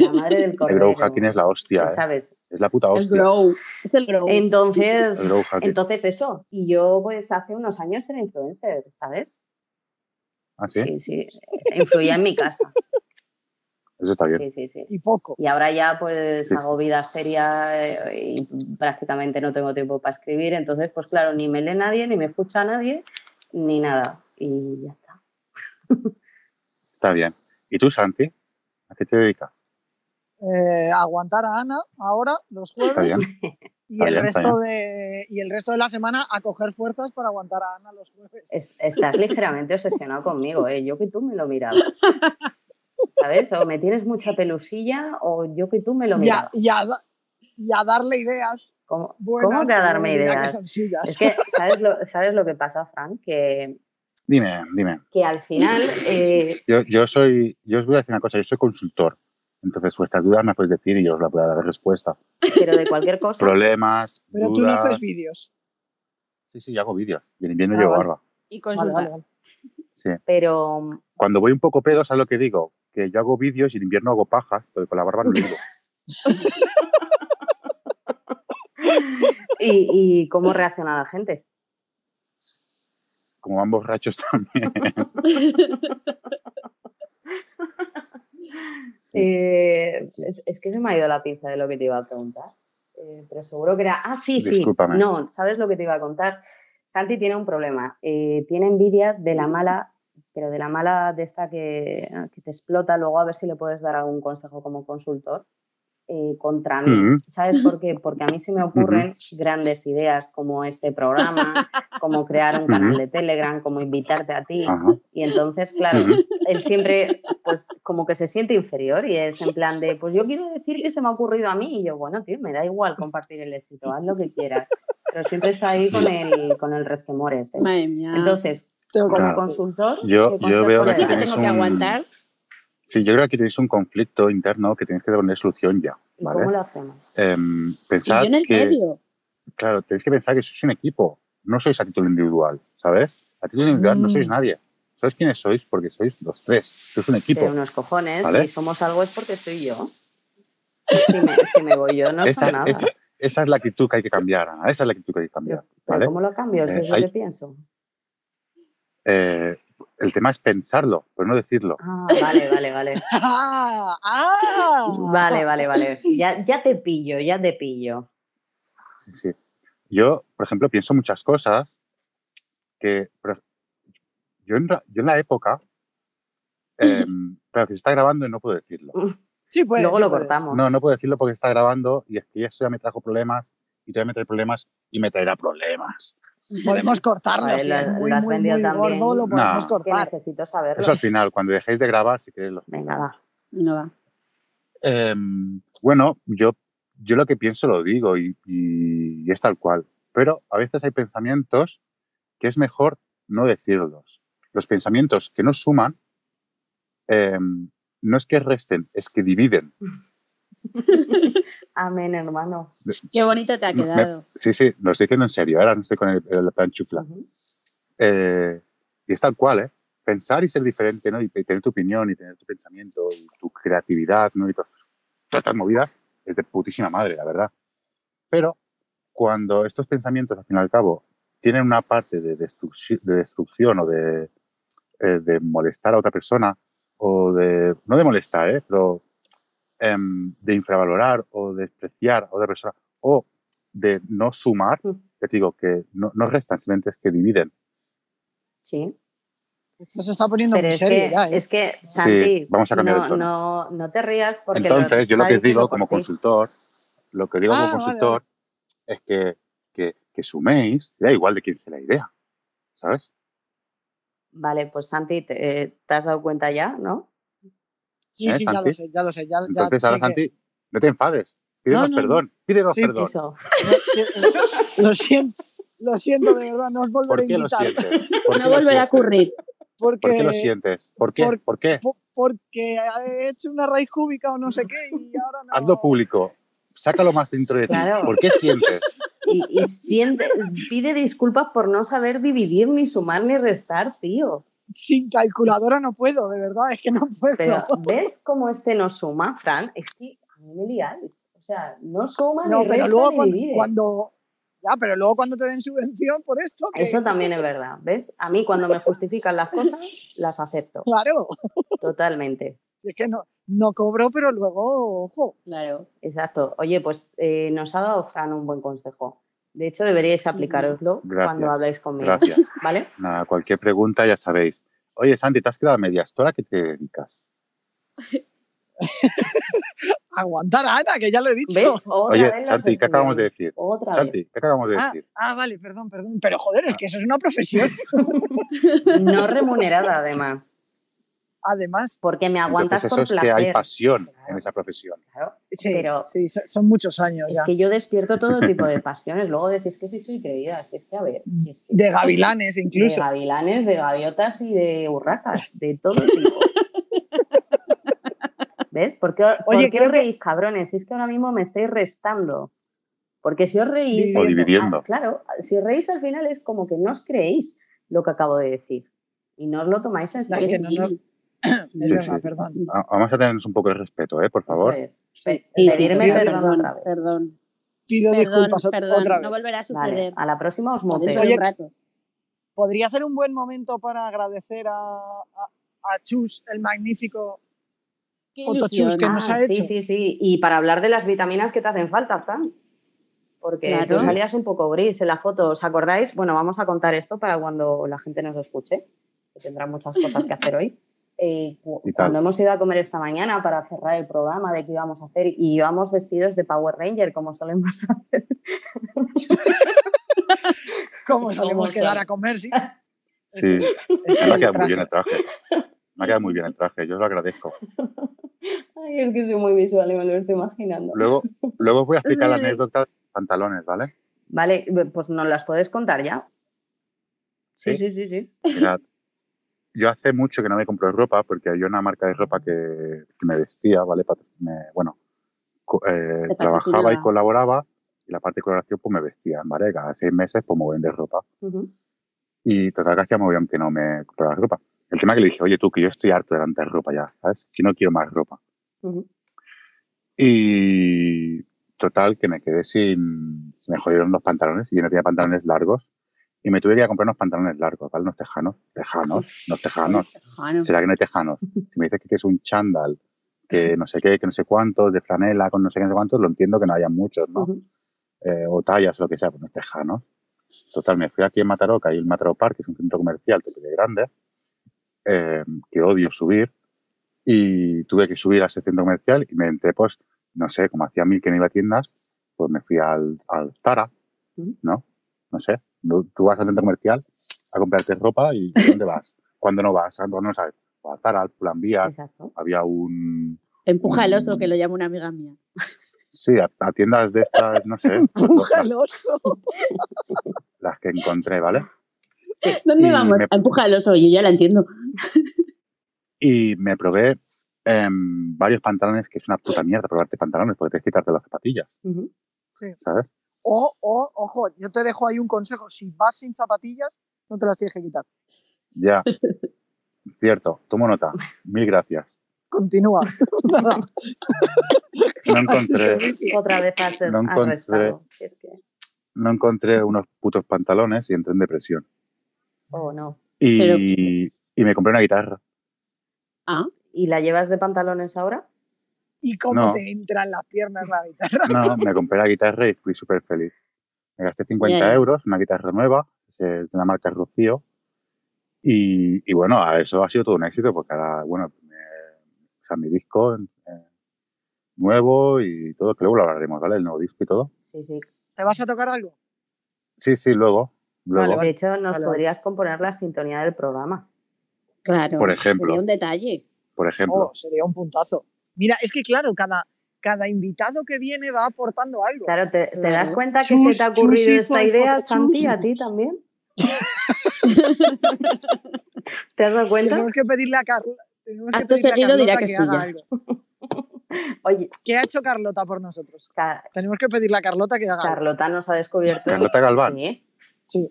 la madre del El cordero. grow hacking es la hostia, ¿eh? ¿Sabes? Es la puta Es hostia. grow. Es el grow. Entonces, El grow hacking. Entonces eso, y yo pues hace unos años era influencer, ¿sabes? Ah, ¿sí? sí, influía en mi casa. Eso está <laughs> bien. Sí, sí, sí. Y poco. Y ahora ya pues Sí, sí. hago vida seria eh, y prácticamente no tengo tiempo para escribir, entonces pues claro, ni me lee nadie, ni me escucha nadie, ni nada. Y ya está. Está bien. ¿Y tú, Santi? ¿A qué te dedicas? Eh, aguantar a Ana ahora, los Está jueves, <laughs> bien. y está el, bien, está resto de, y el resto de la semana a coger fuerzas para aguantar a Ana los jueves. Es- estás <laughs> ligeramente obsesionado conmigo, ¿eh? Yo que tú me lo miraba. ¿Sabes? O me tienes mucha pelusilla o yo que tú me lo Y a, miraba. y a da- y a darle ideas. ¿Cómo, buenas ¿cómo que a darme no dirá que ideas? son suyas. <laughs> Es que, ¿sabes lo, ¿sabes lo que pasa, Frank? Que, Dime, dime. que al final, eh, Yo, yo soy, yo os voy a decir una cosa, yo soy consultor. Entonces, vuestras dudas me las podéis decir y yo os la voy a dar respuesta. pero de cualquier cosa, Problemas, Pero dudas. tú no haces vídeos. Sí, sí, yo hago vídeos. Y en invierno Ah, llevo vale. barba. Y Vale, consulta. vale, vale. Sí. pero Cuando voy un poco pedo, ¿sabes lo que digo? Que yo hago vídeos y en invierno hago pajas, pero con la barba no lo digo. ¿y, y cómo reacciona la gente? Como van borrachos también. Sí. Eh, es, es que se me ha ido la pinza de lo que te iba a preguntar, Eh, pero seguro que era, ah, sí, sí, Discúlpame. no, ¿sabes lo que te iba a contar? Santi tiene un problema, eh, tiene envidia de la mala, pero de la mala de esta que, ah, que te explota, luego a ver si le puedes dar algún consejo como consultor. eh, contra mí. Ujú. ¿Sabes por qué? Porque a mí se me ocurren grandes ideas como este programa, como crear un canal Ujú. de Telegram, como invitarte a ti. Ajá. Y entonces, claro, Ujú. él siempre, pues como que se siente inferior y es en plan de, pues yo quiero decir que se me ha ocurrido a mí. Y yo, bueno, tío, me da igual compartir el éxito, haz lo que quieras. Pero siempre está ahí con el, con el resquemor este. Madre mía. Entonces, Tengo como que- Claro. consultor, Yo- ¿qué yo consejo veo le Porque que das? que tenéis tengo que un- aguantar. Sí, yo creo que aquí tenéis un conflicto interno que tenéis que poner solución ya, ¿Y ¿vale? cómo lo hacemos? Em, Y yo pensad en el que, medio. claro, tenéis que pensar que sois un equipo, no sois a título individual, ¿sabes? A título individual no sois Mm. nadie. Sois quienes sois porque sois los tres, sois un De equipo. unos cojones, ¿Vale? si somos algo es porque estoy yo. Si me, si me voy yo, no esa, son nada. esa- esa es la actitud que hay que cambiar, Ana, esa es la actitud que hay que cambiar, Pero, pero ¿vale? ¿cómo lo cambio? Si Eh, es lo hay- que pienso. Eh, el tema es pensarlo, pero no decirlo. Ah, vale, vale, vale. <laughs> ¡Ah! ¡Ah! Vale, vale, vale. Ya, ya te pillo, ya te pillo. Sí, sí. Yo, por ejemplo, pienso muchas cosas que por ej- yo en, ra- yo en <laughs> la época, em, claro, que se está grabando y no puedo decirlo. Sí, puedes. Luego Pues sí lo puedes. cortamos. No, no puedo decirlo porque está grabando y es que eso ya me trajo problemas y todavía me trae problemas y me traerá problemas. <laughs> Podemos cortarlo. Joder, si lo- Ah, es muy, lo has muy, vendido muy también. gordo, lo No. podemos que cortar. necesito saberlo. Eso al final, cuando dejéis de grabar, si queréis lo Venga, va. No va. Em, bueno, yo, yo lo que pienso lo digo y, y- y es tal cual. Pero a veces hay pensamientos que es mejor no decirlos. Los pensamientos que no suman em, no es que resten, es que dividen. Amén, hermano. Qué bonito te ha Me- me- quedado. Sí, sí, lo estoy diciendo en serio. Ahora no estoy con el, el plan chufla. Ujú. Eh, y es tal cual, ¿eh? Pensar y ser diferente, ¿no? Y, y tener tu opinión y tener tu pensamiento y tu creatividad, ¿no? Y todas, todas estas movidas es de putísima madre, la verdad. Pero cuando estos pensamientos, al fin y al cabo, tienen una parte de, destrucci- de destrucción o de, eh, de molestar a otra persona, o de, no de molestar, ¿eh? Pero em, de infravalorar o despreciar a otra persona, o de no sumar, Mm. ya te digo que no, no restan, simplemente es que dividen. Sí. Esto se está poniendo Pero muy es serio que, ya, ¿eh? es que, Santi, vamos a cambiar de no, tono. no, no te rías porque. lo Entonces, yo lo está que diciendo digo por como ti. consultor, lo que digo Ah, como vale, consultor es que, que, que suméis, da igual de quién sea la idea, ¿sabes? Vale, pues Santi, te, eh, te has dado cuenta ya, ¿no? Sí, ¿eh, sí, ya Santi? lo sé, ya lo sé. Ya, ya Entonces, sé ahora, que- Santi, no te enfades, pídenos No, no, no. perdón, pídenos Sí, perdón. Eso. <laughs> Sí, Lo siento, lo siento de verdad, no os volveré ¿Por a qué lo invitar. sientes? <laughs> ¿Por qué No lo volverá a sientes? ocurrir. Porque, ¿Por qué lo sientes? ¿Por qué? Por- ¿Por qué? po- porque he hecho una raíz cúbica o no sé qué y ahora no. Hazlo público, sácalo más dentro de ti. Claro. ¿Por <laughs> qué sientes? Y, y siente, pide disculpas por no saber dividir, ni sumar, ni restar, tío. Sin calculadora no puedo, de verdad, es que <laughs> no puedo. Pero ¿ves cómo este no suma, Fran? Es que a mí me liáis. O sea, no suma, no, ni pero resta, luego ni cuando, divide. cuando- Ya, pero luego cuando te den subvención por esto. que- Eso también es verdad, ¿ves? A mí cuando me justifican las cosas, las acepto Claro, totalmente. si es que no, no cobro, pero luego, ojo. Claro. Exacto. Oye, pues eh, nos ha dado Fran un buen consejo. De hecho, deberíais aplicároslo Gracias. cuando habláis conmigo, Gracias. ¿vale? Nada, cualquier pregunta ya sabéis. Oye, Santi, te has quedado a medias. ¿Tú a qué te dedicas? Aguantar a Ana, que ya lo he dicho. ¿Ves? <laughs> Otra Oye, vez nos Santi, ¿qué acabamos de enseñamos. decir? Otra vez. Santi, ¿qué acabamos de Ah, decir? ah, vale, perdón, perdón. Pero joder, Ah. es que eso es una <laughs> profesión. No remunerada, además. Además, Porque me aguantas Entonces eso por es que placer. hay pasión Claro, en esa profesión. claro. sí, Pero- sí, so- son muchos años Es ya. que yo despierto todo tipo de pasiones. Luego decís que sí soy creída. Si es que, a ver, si es que- De gavilanes, De incluso. gavilanes, de gaviotas y de urracas, de todo tipo. ¿Ves? ¿Por qué, por Oye, qué creo os que- reís, cabrones? Si es que ahora mismo me estáis restando. Porque si os reís. O Dividiendo. dividiendo. Ah, claro, si os reís al final es como que no os creéis lo que acabo de decir. Y no os lo tomáis en No, es serio. que no, no. Es Sí, verdad, sí. perdón. Ah, Vamos a tenernos un poco de respeto, ¿eh? Por favor. Eso es. Sí. Y Sí, sí, pedirme pido perdón otra vez. Perdón, Pido perdón, disculpas ot- perdón, otra No vez. volverá a Vale, suceder. a la próxima os Dentro moteo. de Oye, un rato. Podría ser un buen momento para agradecer a, a, a Chus, el magnífico Qué fotochus que ilusión. nos Ah, ha sí, hecho. sí, sí. Y para hablar de las vitaminas que te hacen falta, Fran. Porque Claro. tú salías un poco gris en la foto, ¿os acordáis? Bueno, vamos a contar esto para cuando la gente nos escuche, que tendrá muchas cosas que hacer hoy. <laughs> Eh, cu- Y tal. cuando hemos ido a comer esta mañana para cerrar el programa de qué íbamos a hacer y íbamos vestidos de Power Ranger, como solemos <laughs> hacer. ¿Cómo ¿Cómo solemos son? quedar a comer? <laughs> Sí. Es Sí, el- me es ha el quedado muy traje. bien el traje. Me ha quedado muy bien el traje, yo os lo agradezco. Ay, es que soy muy visual y me lo estoy imaginando. Luego, luego os voy a <laughs> explicar la anécdota de los pantalones, ¿vale? Vale, pues nos las puedes contar ya. Sí, sí, Sí. sí, sí. Mirad, yo hace mucho que no me compro ropa porque había una marca de ropa que, que me vestía, ¿vale? Pat- me- bueno, co- eh, Te trabajaba y patrocinaba. colaboraba y la parte de colaboración pues me vestían, ¿vale? Cada seis meses pues me venden ropa. Ujú. Y total, que hacía muy bien que no me comprara ropa. El tema que le dije, oye tú, que yo estoy harto de tanta ropa ya, ¿sabes? Que no quiero más ropa. Ujú. Y total, que me quedé sin... Me jodieron los pantalones y yo no tenía pantalones largos. Y me tuve que ir a comprar unos pantalones largos, ¿vale? Unos tejanos. Tejanos, unos tejanos. Tejano. ¿Será que no hay tejanos? Si me dices que es un chándal, que no sé qué, que no sé cuántos, de franela, con no sé qué, no sé cuántos, lo entiendo que no haya muchos, ¿no? Ujú. eh, o tallas o lo que sea, pues no es tejano. Total, me fui aquí en Mataroca, hay el Mataró Park, que es un centro comercial tope de grande, eh, que odio subir, y tuve que subir a ese centro comercial y me entré, pues, no sé, como hacía mil que no iba a tiendas, pues me fui al, al Zara, Ujú. ¿no? No sé, no- tú vas al centro comercial a comprarte ropa y ¿dónde vas? ¿Cuándo no vas? ¿Cuándo no sabes? O al Zara, al Pull&Bear, Exacto. había un... Empuja el oso, que lo llama una amiga mía. Sí, a, a tiendas de estas, no <laughs> sé, ¿eh? las, Empújalo. las que encontré, ¿vale? ¿Dónde Y vamos? me- A Empuja el oso, yo ya la entiendo. y me probé em, varios pantalones, que es una puta mierda probarte pantalones, porque tienes que quitarte las zapatillas, Ujú. Sí. ¿sabes? O, o, ojo, yo te dejo ahí un consejo. Si vas sin zapatillas, no te las tienes que quitar. Ya. Cierto, tomo nota. Mil gracias. Continúa. <laughs> Nada, <laughs> No a su encontré, servicio. Otra vez has, No has encontré. restado. Si es que- no encontré unos putos pantalones y entré en depresión. Oh, no. Y, Pero- y me compré una guitarra. Ah, ¿Y la llevas de pantalones ahora? ¿Y cómo No. te entran las piernas la guitarra? No, me compré la guitarra y fui súper feliz. Me gasté 50 Ya, ya. euros, una guitarra nueva, que es de la marca Rocío. Y, y bueno, a eso ha sido todo un éxito, porque ahora, bueno, me, o sea, mi disco eh, nuevo y todo, que luego lo hablaremos, ¿vale? El nuevo disco y todo. Sí, sí. ¿Te vas a tocar algo? Sí, sí, luego. luego. Vale, De hecho, nos Vale, vale. podrías componer la sintonía del programa. Claro. Por ejemplo. Sería un detalle. Por ejemplo, Oh, sería un puntazo. Mira, es que claro, cada, cada invitado que viene va aportando algo. Claro, ¿te, te Claro. das cuenta que Chus, se te ha chus ocurrido hizo esta el idea, foto- Santi? chus. ¿A ti también? ¿Te has dado cuenta? Tenemos que pedirle a Carla. tenemos que Acto pedirle a seguido dirá Carlota que es haga suya. algo. Oye, ¿Qué ha hecho Carlota por nosotros? Ca- Tenemos que pedirle a Carlota que haga algo. Carlota nos ha descubierto. Carlota Galván. Sí,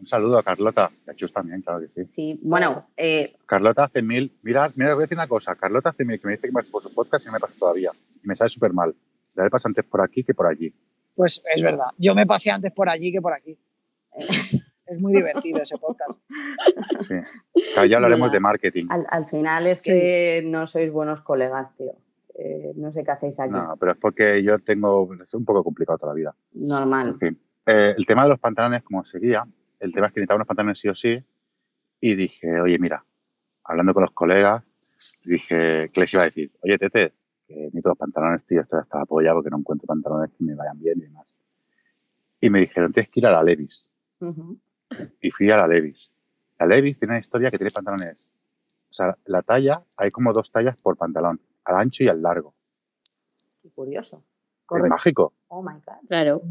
un saludo a Carlota, y a Chus también, claro que sí. sí. Bueno, eh, Carlota hace mil. Mira, mira, voy a decir una cosa. Carlota hace mil que me dice que me pase por su podcast y no me pasa todavía. Y me sale súper mal. Le haré pasar antes por aquí que por allí. Pues es verdad. Yo me pasé antes por allí que por <laughs> aquí. es muy divertido ese podcast. Sí. Claro, ya hablaremos Verdad. de marketing. al, al final es Sí. que no sois buenos colegas, tío. Eh, no sé qué hacéis aquí. No, pero es porque yo tengo. Es un poco complicado toda la vida. En Normal. fin. Eh, el tema de los pantalones, como seguía, el tema es que necesitaba unos pantalones sí o sí. Y dije, oye, mira, hablando con los colegas, dije, ¿qué les iba a decir? Oye, Tete, que necesito los pantalones, tío, estoy hasta la polla porque no encuentro pantalones que me vayan bien y demás. Y me dijeron, tienes que ir a la Levis. Ujú. y fui a la Levis. La Levis tiene una historia que tiene pantalones. O sea, la talla, hay como dos tallas por pantalón, al ancho y al largo. Qué curioso. Es Correcto. mágico, Oh my God. Claro.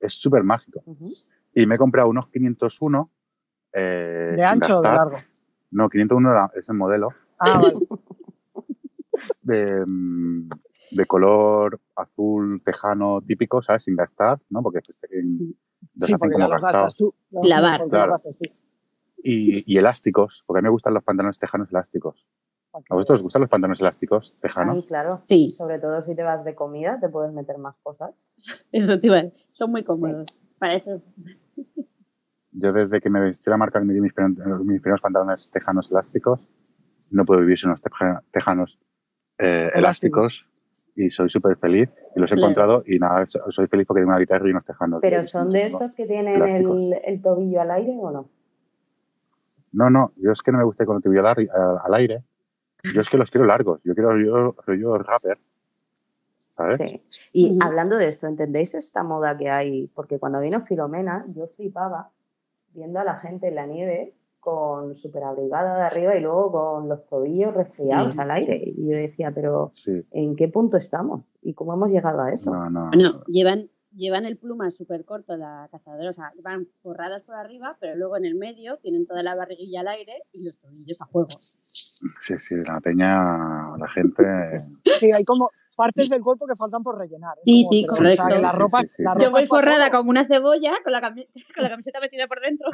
es súper mágico. Ujú. Y me he comprado unos 501. eh, ¿De sin ancho o de gastar. largo? No, 501 era- es el modelo. Ah, <laughs> vale. De, mm, de color azul, tejano, típico, ¿sabes? Sin gastar, ¿no? Porque en- los Sí, hacen porque ya como los gastados. gastas tú. Los- Lavar. porque los Claro. gastas tú. Y, y elásticos, porque a mí me gustan los pantalones tejanos elásticos. Para que- ¿A vosotros os gustan los pantalones elásticos A tejanos? mí, claro. Sí, Sobre todo si te vas de comida, te puedes meter más cosas. eso te iba a decir. Son muy cómodos. Para eso. Yo desde que me vestí la marca que me di mis, prim- mis primeros pantalones tejanos elásticos, no puedo vivir sin unos teja- tejanos eh, elásticos. Elásticos. y soy súper feliz y los he Claro. encontrado y nada, so- soy feliz porque tengo una guitarra y unos tejanos. Pero Y- son de estos que tienen el, Plásticos. el tobillo al aire o no? No, no, yo es que no me gusta cuando te violar al, al aire. Yo es que los quiero largos, yo quiero yo, yo rapper, ¿sabes? Sí. Y Ujú. hablando de esto, ¿entendéis esta moda que hay? Porque cuando vino Filomena, yo flipaba viendo a la gente en la nieve con súper abrigada de arriba y luego con los tobillos resfriados al aire. Y yo decía, pero Sí, ¿en qué punto estamos? ¿Y cómo hemos llegado a esto? no, no. Bueno, llevan, llevan el pluma súper corto, la cazadora. O sea, van forradas por arriba, pero luego en el medio tienen toda la barriguilla al aire y los tobillos a juego. Sí, sí, la peña, la gente. Sí, hay como partes del cuerpo que faltan por rellenar. Es Sí, como sí, que- correcto. O sea, que la Sí, ropa, sí, sí. la Yo Yo ropa voy es para forrada todo. con una cebolla con la, cami- <laughs> con la camiseta metida por dentro.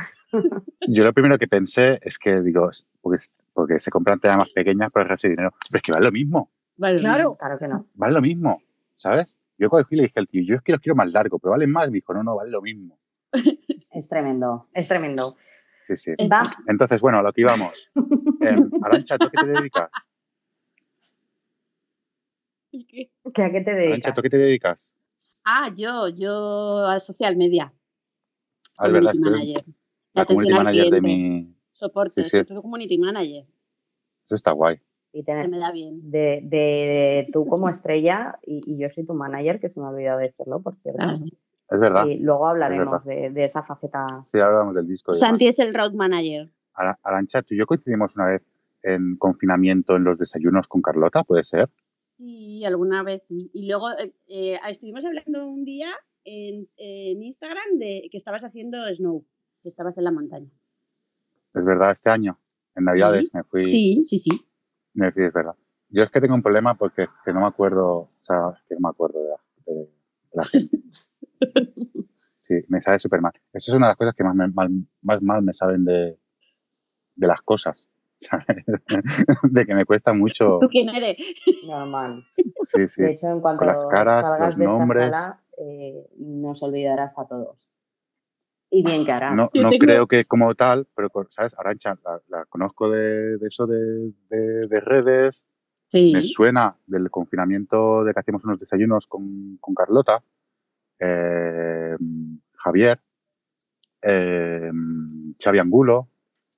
Yo lo primero que pensé es que, digo, es- porque, es- porque se compran telas más pequeñas para ahorrarse dinero. Pero es que vale lo mismo, Vale, <laughs> Claro. Claro que no. vale lo mismo, ¿sabes? Yo cogí y le dije al tío, yo es que los quiero más largo, pero valen más. Me dijo, no, no, vale lo mismo. Es tremendo, es tremendo. Sí, sí. Eh. Va, Entonces, bueno, a lo que <laughs> íbamos. Em, Arancha, ¿tú a qué te dedicas? ¿que ¿a qué te Arancha, dedicas? ¿tú a qué te dedicas? Ah, yo, yo al social media. Ah, es verdad, community tú eres manager. la community atención al manager de cliente, mi... Soporte, Sí, sí. soy community manager. Eso está guay. Y Se tener- me da bien. de, de- de tú como estrella y, y yo soy tu manager, que se me ha olvidado decirlo, por cierto. Ah. Es verdad. Y luego hablaremos de, de esa faceta. Sí, ahora hablamos del disco. y demás. Santi es el road manager. Ara- Arancha, tú y yo coincidimos una vez en confinamiento en los desayunos con Carlota, ¿puede ser? Sí, alguna vez sí. Y luego eh, eh, estuvimos hablando un día en, en Instagram de que estabas haciendo snow, que estabas en la montaña. Es verdad, este año, en Navidades, Sí. me fui... Sí, sí, sí. Me fui, es verdad. Yo es que tengo un problema porque es que no me acuerdo, o sea, es que no me acuerdo de la, de- de la gente. Sí, me sabe súper mal. Eso es una de las cosas que más, me- mal, más mal me saben de, de las cosas. <laughs> ¿sabes? de que me cuesta Oh. mucho. ¿Tú quién eres? Normal. Sí, sí. De hecho, en cuanto Con las caras, salgas los de nombres. esta sala, eh, nos olvidarás a todos. Y bien que harás. No, Yo no tengo- creo que como tal, pero, con- ¿sabes? Arancha, la, la conozco de, de eso de, de- de redes. <laughs> Sí. Me suena del confinamiento de que hacíamos unos desayunos con, con Carlota. eh, Javier, eh, Xavi Angulo,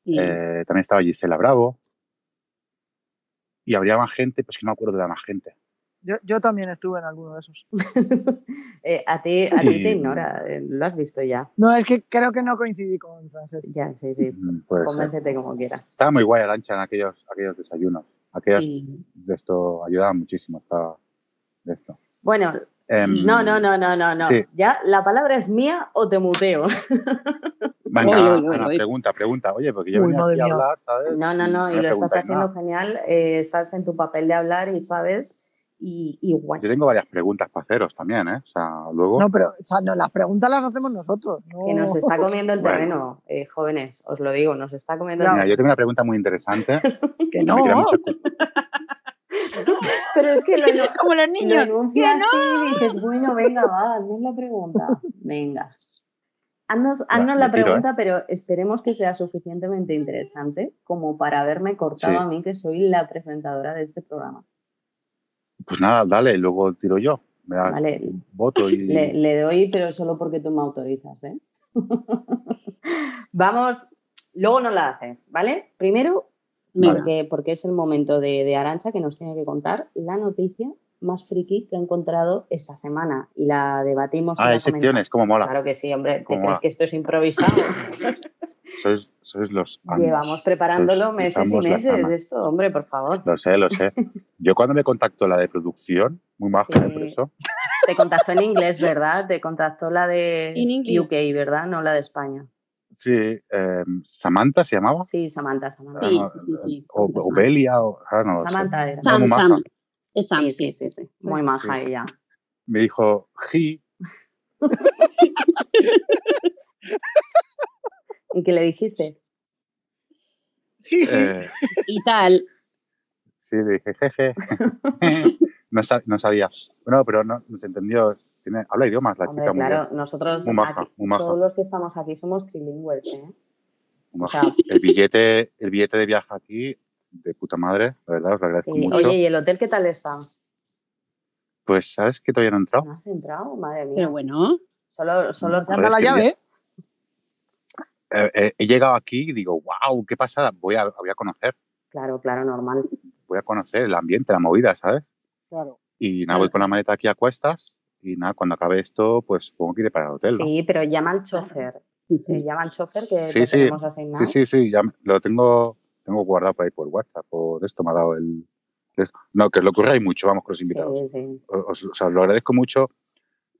Sí. eh, también estaba Gisela Bravo. Y habría más gente, pues que no me acuerdo de la más gente. Yo, yo también estuve en alguno de esos. <laughs> Eh, a ti, a ti Sí. te ignora, eh, lo has visto ya. No, es que creo que no coincidí con Francesc. Ya, sí, sí. Mm, puede ser. Convéncete como quieras. Estaba muy guay Arancha en aquellos, aquellos desayunos. Aquellas Sí. de esto ayudaba muchísimo. Estaba de esto. Bueno, Em, no, no, no, no, no, no. sí. Ya la palabra es mía o te muteo. Venga, Oy, oy, oy, Ana, oy. pregunta, pregunta. Oye, porque yo Uy, venía madre aquí a mía. hablar, ¿sabes? No, no, no, y me lo estás preguntáis haciendo nada. genial. eh, estás en tu papel de hablar y sabes, y, y guay. Yo tengo varias preguntas para haceros también, ¿eh? O sea, luego. No, pero o sea, no, las preguntas las hacemos nosotros. No, Que nos está comiendo el <laughs> Bueno. terreno, eh, jóvenes, os lo digo, nos está comiendo el Ya. Mira, terreno. yo tengo una pregunta muy <laughs> interesante. que No no. <laughs> me quiero mucho Pero es que lo, eno- Como los lo niños. enuncia que no. así y dices, bueno, venga, va, haznos la pregunta. Venga. Haznos, haznos me la tiro, ¿eh? pregunta, pero esperemos que sea suficientemente interesante como para haberme cortado Sí. a mí, que soy la presentadora de este programa. Pues nada, dale, y luego tiro yo. Me da Vale. voto y. Le, le doy, pero solo porque tú me autorizas, ¿eh? <laughs> Vamos, luego no la haces, ¿vale? Primero, Venga. porque, porque es el momento de, Arancha que nos tiene que contar la noticia más friki que ha encontrado esta semana y la debatimos. y ah, la hay secciones, como comentamos. mola. Claro que sí, hombre, ¿te Cómo crees va. que esto es <laughs> improvisado? Sois, sois los. amos. Llevamos preparándolo Sois- meses y pues, usamos las meses, amas. esto, hombre, por favor. Lo sé, <laughs> lo sé. Yo cuando me contactó la de producción, muy maja, ¿eh? Sí. por eso. Te contactó en inglés, ¿verdad? Te contactó la In de English. UK, ¿verdad? No la de España. Sí, eh, Samantha se llamaba. Sí, Samantha, Samantha. Sí, Ah, sí, sí. O, o Belia, o, ahora no lo sé. Samantha era. Sam, Muy maja. Sam. Es Sam, Sí, sí. sí, sí, sí. Muy maja Sí. ella. me dijo, <laughs> he, ¿Y qué le dijiste? eh, Y tal. sí, le dije, <laughs> jeje. no, sa- no sabía. Bueno, pero no, nos entendió. Tiene, habla idiomas la Hombre, chica muy, claro, nosotros Muy maja, aquí- muy maja. todos los que estamos aquí somos trilingües, ¿eh? bien, muy O maja. sea, El billete, el billete de viaje aquí, de puta madre, la verdad, os lo agradezco sí. mucho. Oye, ¿y el hotel qué tal está? Pues, ¿sabes que todavía no he entrado? ¿No has entrado? Madre mía. Pero bueno. Solo, solo te- Llama la Joder, es que llave, ¿eh? Eh, eh, he llegado aquí y digo, wow, qué pasada, voy a, voy a conocer, Claro, claro, normal. voy a conocer el ambiente, la movida, ¿sabes? Claro. Y nada, Ah. voy con la maleta aquí a cuestas y nada, cuando acabe esto, pues supongo que iré para el hotel, ¿no? Sí, pero llama al chofer. Sí, Sí, sí. llama al chofer que Sí, lo sí. tenemos asignado. Sí, sí, sí, ya me- lo tengo, tengo guardado por ahí por WhatsApp, por esto me ha dado el... es- No, que os lo ocurráis mucho, vamos, con los invitados. sí, sí, Os, os- os lo agradezco mucho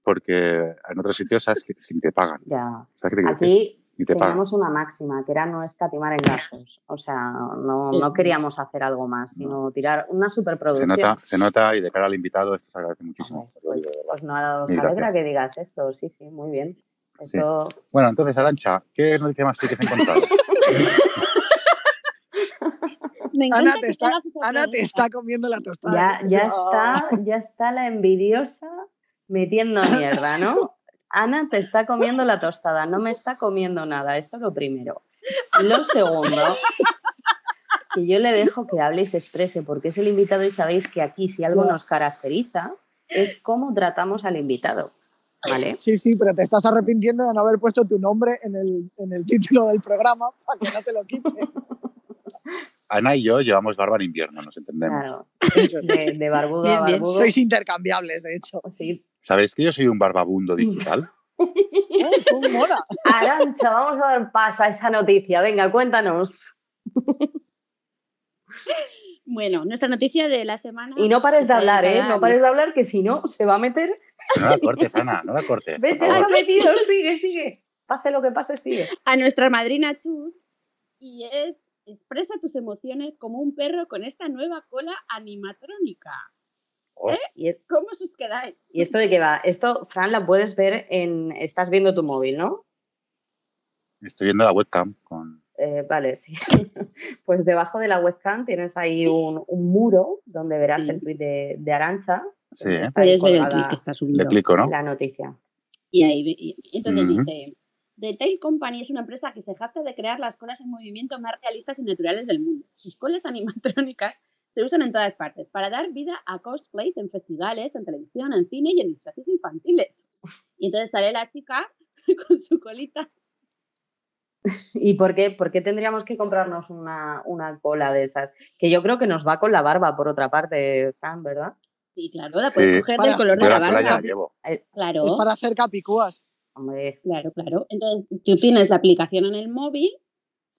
porque en otros sitios sabes que, es que ni te pagan. ya. ¿Sabes qué te quiero decir? Aquí Ni te pagan. teníamos una máxima, que era no escatimar en gastos. O sea, no, Sí. no queríamos hacer algo más, sino tirar una Se superproducción. nota, se nota y de cara al invitado esto se agradece muchísimo. Hombre, Lo digo de Pues, verdad. pues no os Mil alegra gracias. que digas esto, sí, sí, muy bien. Sí. Esto, Bueno, entonces, Arancha, ¿qué noticia más tú que has <laughs> encontrado? Me encanta Ana que te, está, tengas esa Ana te pregunta. está comiendo la tostada. ya, ya, Ah. está, ya está la envidiosa metiendo mierda, ¿no? Ana te está comiendo la tostada, no me está comiendo nada, eso lo primero. Lo segundo, que yo le dejo que hable y se exprese, porque es el invitado y sabéis que aquí si algo nos caracteriza es cómo tratamos al invitado, ¿vale? Sí, sí, pero te estás arrepintiendo de no haber puesto tu nombre en el, en el título del programa para que no te lo quite. Ana y yo llevamos barba en invierno, nos entendemos. Claro, de, de barbudo a Bien, bien. barbudo. Sois intercambiables, de hecho. Sí, ¿Sabéis que yo soy un barbabundo Mm. digital? Oh, ¡Cómo mola! Arancha, vamos a dar paso a esa noticia. Venga, cuéntanos. Bueno, nuestra noticia de la semana. Y no pares de Ustedes hablar, ¿eh? sabrán. No pares de hablar, que si no, se va a meter. No la cortes, Ana, no la cortes. por <laughs> Vete, favor. está metido, sigue, sigue. Pase lo que pase, sigue. a nuestra madrina Chus y es expresa tus emociones como un perro con esta nueva cola animatrónica. ¿Y, e- ¿Cómo os quedáis? y esto de qué va? Esto, Fran, la puedes ver en. Estás viendo tu móvil, ¿no? Estoy viendo la webcam con. Eh, vale, sí. <laughs> Pues debajo de la webcam tienes ahí un, un muro donde verás Sí. el tuit de, de Arancha. Sí, ¿eh? Está ahí Puedes ver el este, colgada tweet que está subido. Le clico, ¿no? La noticia. Y ahí ve- y- y entonces Ujú. dice, The Tail Company es una empresa que se jacta de crear las colas en movimiento más realistas y naturales del mundo. Sus colas <laughs> animatrónicas se usan en todas partes para dar vida a cosplays en festivales, en televisión, en cine y en disfraces infantiles. Y entonces sale la chica <laughs> con su colita. ¿Y por qué, por qué tendríamos que comprarnos una, una cola de esas? Que yo creo que nos va con la barba, por otra parte, Fran, ¿verdad? Sí, claro, la puedes Sí. coger Para- del color de Yo la la cola ya barba. la llevo. Claro. Es para hacer capicúas. Hombre, Claro, claro. Entonces, tú tienes la aplicación en el móvil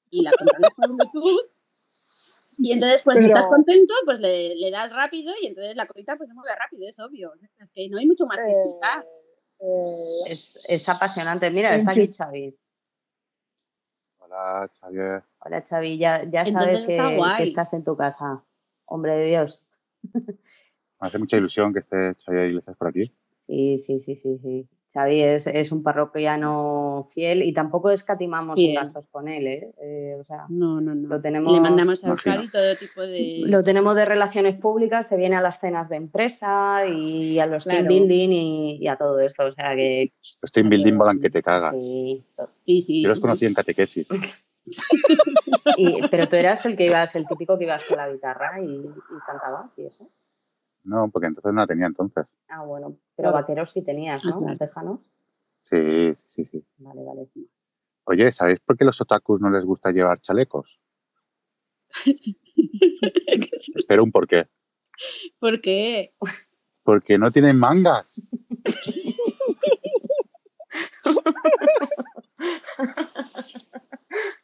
y la controlas por Bluetooth. Y entonces, pues, si Pero- estás contento, pues le, le das rápido y entonces la colita pues se mueve rápido, es obvio. Es que no hay mucho más que Eh, explicar. eh, es, es apasionante. Mira, En está fin. aquí Xavi. Hola, Xavier. Hola, Xavi, ya, ya sabes Entonces que, está guay. que estás en tu casa. Hombre de Dios. Me hace mucha ilusión que esté Xavier Iglesias por aquí. Sí, sí, sí, sí, sí. Xavi es, es un parroquiano fiel y tampoco escatimamos en Fiel. gastos con él, ¿eh? Eh, o sea, No, no, no. Lo tenemos- Le mandamos a Imagino. Euskadi todo tipo de. lo tenemos de relaciones públicas, se viene a las cenas de empresa y a los team Claro. building y, y a todo esto. O sea que Los team building volan que te cagas. sí. Sí, sí. Yo los sí. <laughs> conocí en catequesis. Y- pero tú eras el que ibas, el típico que ibas con la guitarra y, y cantabas y eso. No, porque entonces no la tenía entonces. Ah, bueno, pero Claro. vaqueros sí tenías, Ah, ¿no? claro. Tejanos. Sí, sí, sí, sí. Vale, vale. Oye, ¿sabéis por qué los otakus no les gusta llevar chalecos? Espero un porqué. ¿Por qué? Porque no tienen mangas.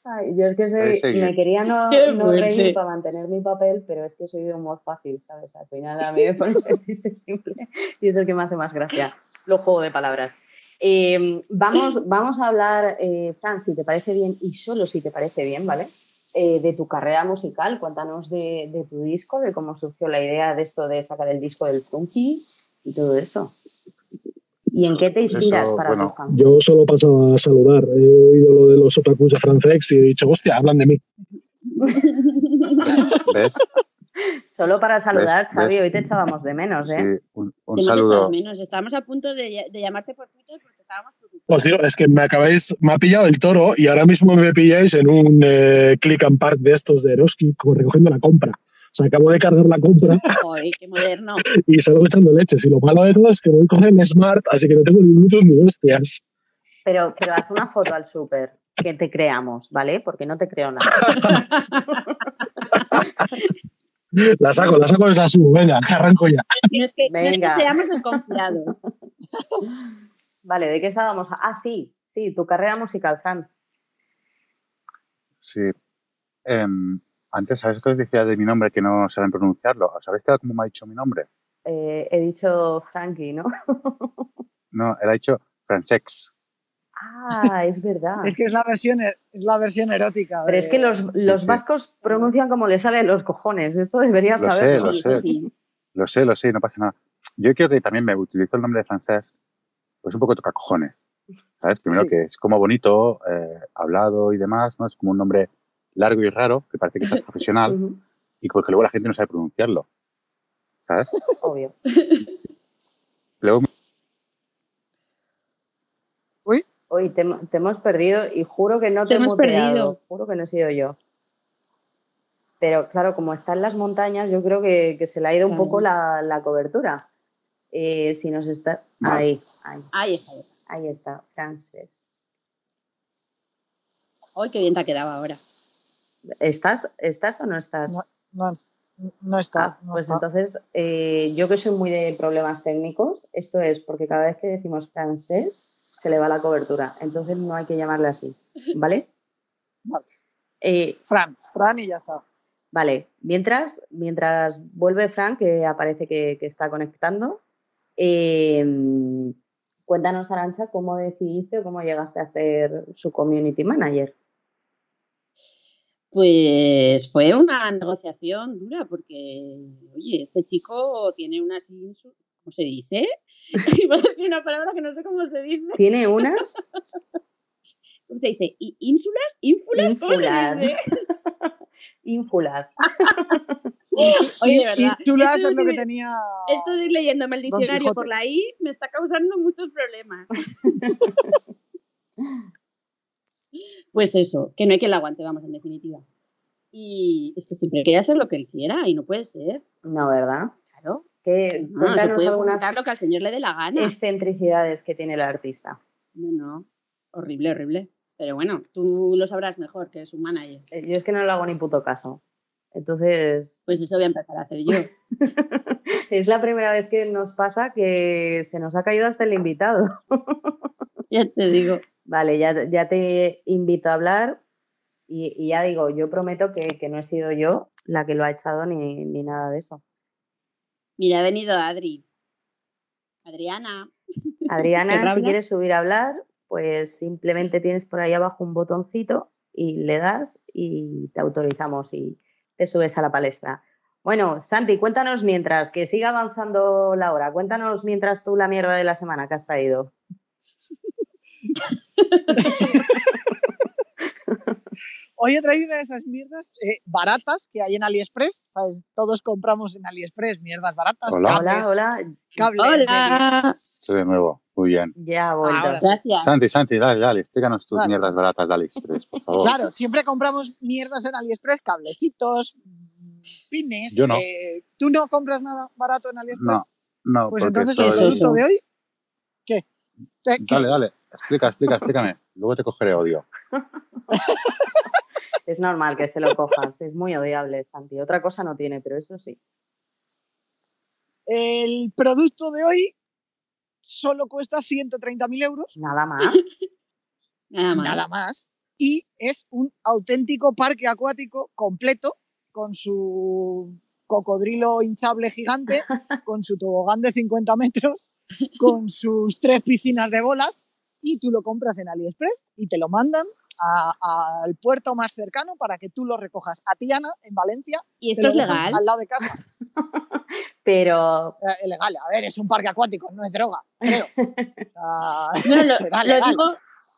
Ay, yo es que Puedes soy, seguir. me <laughs> quería no, Qué no reír fuerte. para mantener mi papel, pero es que soy de humor fácil, ¿sabes? Al final a mí <laughs> me pones el chiste simple y es el que me hace más gracia. Lo juego de palabras. Eh, vamos, vamos a hablar, eh, Fran, si te parece bien, y solo si te parece bien, ¿vale? Eh, de tu carrera musical, cuéntanos de, de tu disco, de cómo surgió la idea de esto de sacar el disco del Funky y todo esto. ¿Y en qué te Pues eso, inspiras para bueno, tus canciones? Yo solo paso a saludar. He oído lo de los otakus de Francex y he dicho, hostia, hablan de mí. ¿Ves? Solo para saludar, ves? Xavi, hoy te echábamos de menos, Sí, ¿eh? un, un Te hemos echado saludo. menos. Estábamos a punto de, ll- de llamarte por Twitter porque estábamos preocupados. Os digo, es que me acabáis, me ha pillado el toro y ahora mismo me pilláis en un eh, click and park de estos de Eroski como recogiendo la compra. O sea, acabo de cargar la compra <laughs> Joder, qué <laughs> moderno. y salgo echando leches. Y lo malo de todo es que voy con el Smart, así que no tengo ni Bluetooth ni hostias. Pero, pero haz una foto al súper que te creamos, ¿vale? Porque no te creo nada. La saco, la saco y la subo. Venga, <laughs> que arranco ya. No es que, no es que Venga. seamos desconfiados. <laughs> Vale, ¿de qué estábamos? Ah, sí, sí, tu carrera musical, Fran. Sí. Em, antes, ¿sabéis que os decía de mi nombre que no saben pronunciarlo? ¿Os habéis quedado como me ha dicho mi nombre? Eh, he dicho Frankie, ¿no? No, él ha dicho Fransex. Ah, es verdad. Es que es la versión, er- es la versión erótica. Pero de- es que los, Sí, los sí. vascos pronuncian como les sale de los cojones. Esto deberías Lo sé, saber. lo sé. Sí. Lo sé, lo sé, no pasa nada. Yo creo que también me utilizo el nombre de francés, pues un poco toca cojones. ¿Sabes? Primero Sí. que es como bonito, eh, hablado y demás, ¿no? Es como un nombre largo y raro, que parece que seas profesional, <laughs> y porque luego la gente no sabe pronunciarlo. ¿Sabes? Obvio. Luego me- Hoy te, hem- te hemos perdido y juro que no te, Te he hemos muteado, perdido. Juro que no he sido yo. Pero claro, como está en las montañas, yo creo que, que se le ha ido un Claro. poco la, la cobertura. Eh, si nos está. Vale. Ahí, ahí, Ahí está. ahí está, Frances. Hoy qué bien te ha quedado ahora. ¿Estás, estás o no estás? No, es- no está. Ah, no pues está. entonces, eh, yo que soy muy de problemas técnicos, esto es porque cada vez que decimos francés se le va la cobertura, entonces no hay que llamarle así, ¿vale? Vale. Eh, Fran, Fran y ya está. Vale, mientras, mientras vuelve Frank, que aparece que, que está conectando, eh, cuéntanos, Arancha, cómo decidiste o cómo llegaste a ser su community manager. Pues fue una negociación dura porque, oye, este chico tiene unas... insu- ¿Cómo se dice? <laughs> Iba a decir una palabra que no sé cómo se dice. Tiene unas ¿Cómo se dice? ¿I- ¿Ínsulas? ¿Ínfulas? ¿Cómo se ínfulas. dice? ínfulas. Oye, de Y- verdad. Y Chulas esto es lo que de- tenía. <laughs> Esto de ir leyéndome el diccionario Quijote. por la I me está causando muchos problemas. <laughs> pues eso, que no hay quien la aguante, vamos, en definitiva. Y es que siempre quería hacer lo que él quiera y no puede ser, No, ¿verdad? claro. ¿Qué, No, se cuéntanos puede algunas preguntar lo que al señor le dé la gana. excentricidades que tiene el artista. No, no. Horrible, horrible. Pero bueno, tú lo sabrás mejor, que es un manager. Eh, Yo es que no le hago ni puto caso. Entonces, <laughs> Pues eso voy a empezar a hacer yo. es la primera vez que nos pasa que se nos ha caído hasta el invitado. ya te digo. Vale, ya, ya te invito a hablar y, y ya digo, yo prometo que, que no he sido yo la que lo ha echado ni, ni nada de eso. Mira, ha venido Adri. Adriana. <laughs> Qué Adriana, si rabia. quieres subir a hablar, pues simplemente tienes por ahí abajo un botoncito y le das y te autorizamos y te subes a la palestra. Bueno, Santi, cuéntanos mientras, que siga avanzando la hora. Cuéntanos mientras tú la mierda de la semana que has traído. Hoy he traído una de esas mierdas eh, baratas que hay en AliExpress. ¿sabes? Todos compramos en AliExpress mierdas baratas. Hola. Hola, cables, hola, cables Hola. Estoy de nuevo. Muy bien. ya ha vuelto. Ahora Gracias. Santi, Santi, dale, dale. Explícanos tus Dale. mierdas baratas de AliExpress, por de- favor. Claro, siempre compramos mierdas en AliExpress, cablecitos, mm, pines. Yo no. eh, ¿Tú no compras nada barato en AliExpress? No, no, Pues porque entonces el soy- producto soy... de hoy, ¿qué? ¿Qué- qué Dale, es? dale. Explica, explica, explícame. Luego te cogeré odio. Es normal que se lo cojas, es muy odiable, Santi. Otra cosa no tiene, pero eso sí. El producto de hoy solo cuesta 130.000 euros, Nada más. Nada más. nada más, y es un auténtico parque acuático completo con su cocodrilo hinchable <laughs> gigante, con su tobogán de 50 metros, con sus tres piscinas de bolas, y tú lo compras en AliExpress y te lo mandan a- al puerto más cercano para que tú lo recojas a Tiana, en Valencia. ¿Y te esto es lo dejan legal? Al lado de casa. Pero Eh, legal, a ver, es un parque acuático, no es droga, <laughs> creo. Ah, No, <laughs> lo, será lo legal. digo,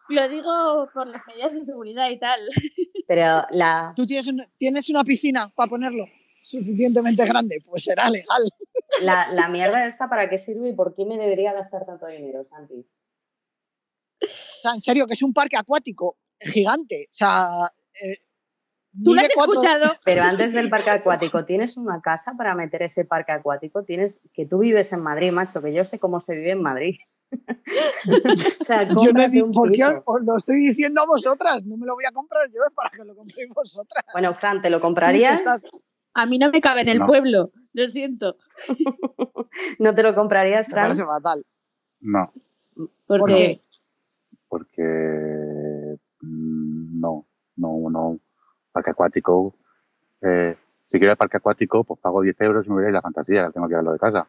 lo digo por las medidas de seguridad y tal. Pero la. ¿Tú tienes, un- tienes una piscina para ponerlo suficientemente grande? Pues será legal. La, la mierda esta, ¿para qué sirve y por qué me debería gastar tanto dinero, Santi? O sea, en serio, que es un parque acuático gigante. O sea, eh, ¿Tú lo mide has cuatro- escuchado? Pero antes del parque acuático, ¿tienes una casa para meter ese parque acuático? Tienes que tú vives en Madrid, macho, que yo sé cómo se vive en Madrid. <laughs> o <laughs> sea, Yo no he cómprate dicho, un ¿por qué piso. os lo estoy diciendo a vosotras? No me lo voy a comprar yo, es para que lo compréis vosotras. Bueno, Fran, ¿te lo Tú que comprarías? estás- A mí no me cabe en el No. pueblo. Lo siento. ¿No te lo comprarías, Me Fran? parece fatal. No, Porque ¿Por qué? porque mm, no, no, no. Parque acuático. eh, si quiero el parque acuático, pues pago 10 euros y me voy a ir a la fantasía, que tengo que verlo de casa.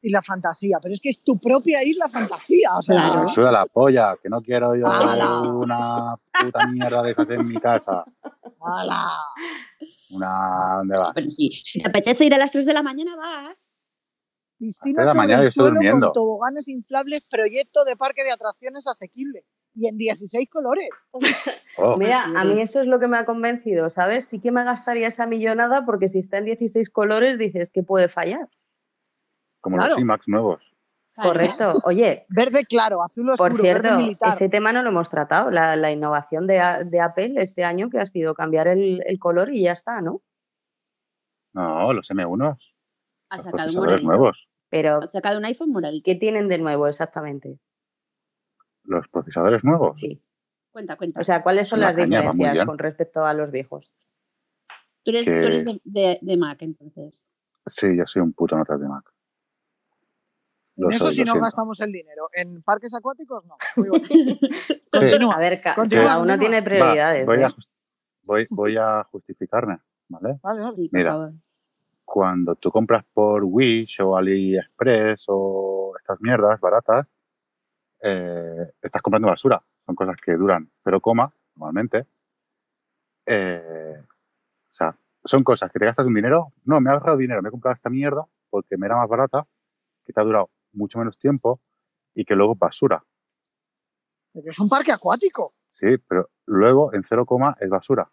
Y la fantasía, pero es que es tu propia isla fantasía. O sea, Que me suda la polla, que no quiero yo ¡Hala! una puta mierda de esas en mi casa. ¡hala! Una, ¿dónde va? ah, Pero sí, si te apetece ir a las 3 de la mañana, vas. Piscina Hasta la sobre mañana yo el estoy suelo durmiendo. con toboganes inflables, proyecto de parque de atracciones asequible. Y en 16 colores. Oh, Mira, a mí eso es lo que me ha convencido, ¿sabes? Sí que me gastaría esa millonada porque si está en 16 colores dices que puede fallar. como claro. los IMAX nuevos. Claro. Correcto. Oye, Verde claro, azul oscuro, Por cierto, verde militar. ese tema no lo hemos tratado, la, la innovación de, A- de Apple este año que ha sido cambiar el, el color y ya está, ¿no? No, los M1, Ha los sacado un procesadores moradito. nuevos. Pero, Ha sacado un iPhone moradito. ¿qué tienen de nuevo exactamente? Los procesadores nuevos. Sí. Cuenta, cuenta. O sea, ¿cuáles son La las caña va muy diferencias bien. con respecto a los viejos? tú eres, tú que- eres de, de- de Mac, entonces. Sí, yo soy un puto notas de Mac. Lo en eso soy, si lo no siento. gastamos el dinero. En parques acuáticos no. Muy bueno. Continúa. A ver, ca- Continúa, cada uno continúa. tiene prioridades. Va, voy, ¿eh? a just- voy, <laughs> voy a justificarme, ¿vale? Vale, vale. Sí, por Mira. favor. Cuando tú compras por Wish o AliExpress o estas mierdas baratas, eh, estás comprando basura. Son cosas que duran 0, coma, normalmente. Eh, o sea, son cosas que te gastas un dinero. No, me he ahorrado dinero, me he comprado esta mierda porque me era más barata, que te ha durado mucho menos tiempo y que luego es basura. Pero es un parque acuático. Sí, pero luego en 0, coma es basura.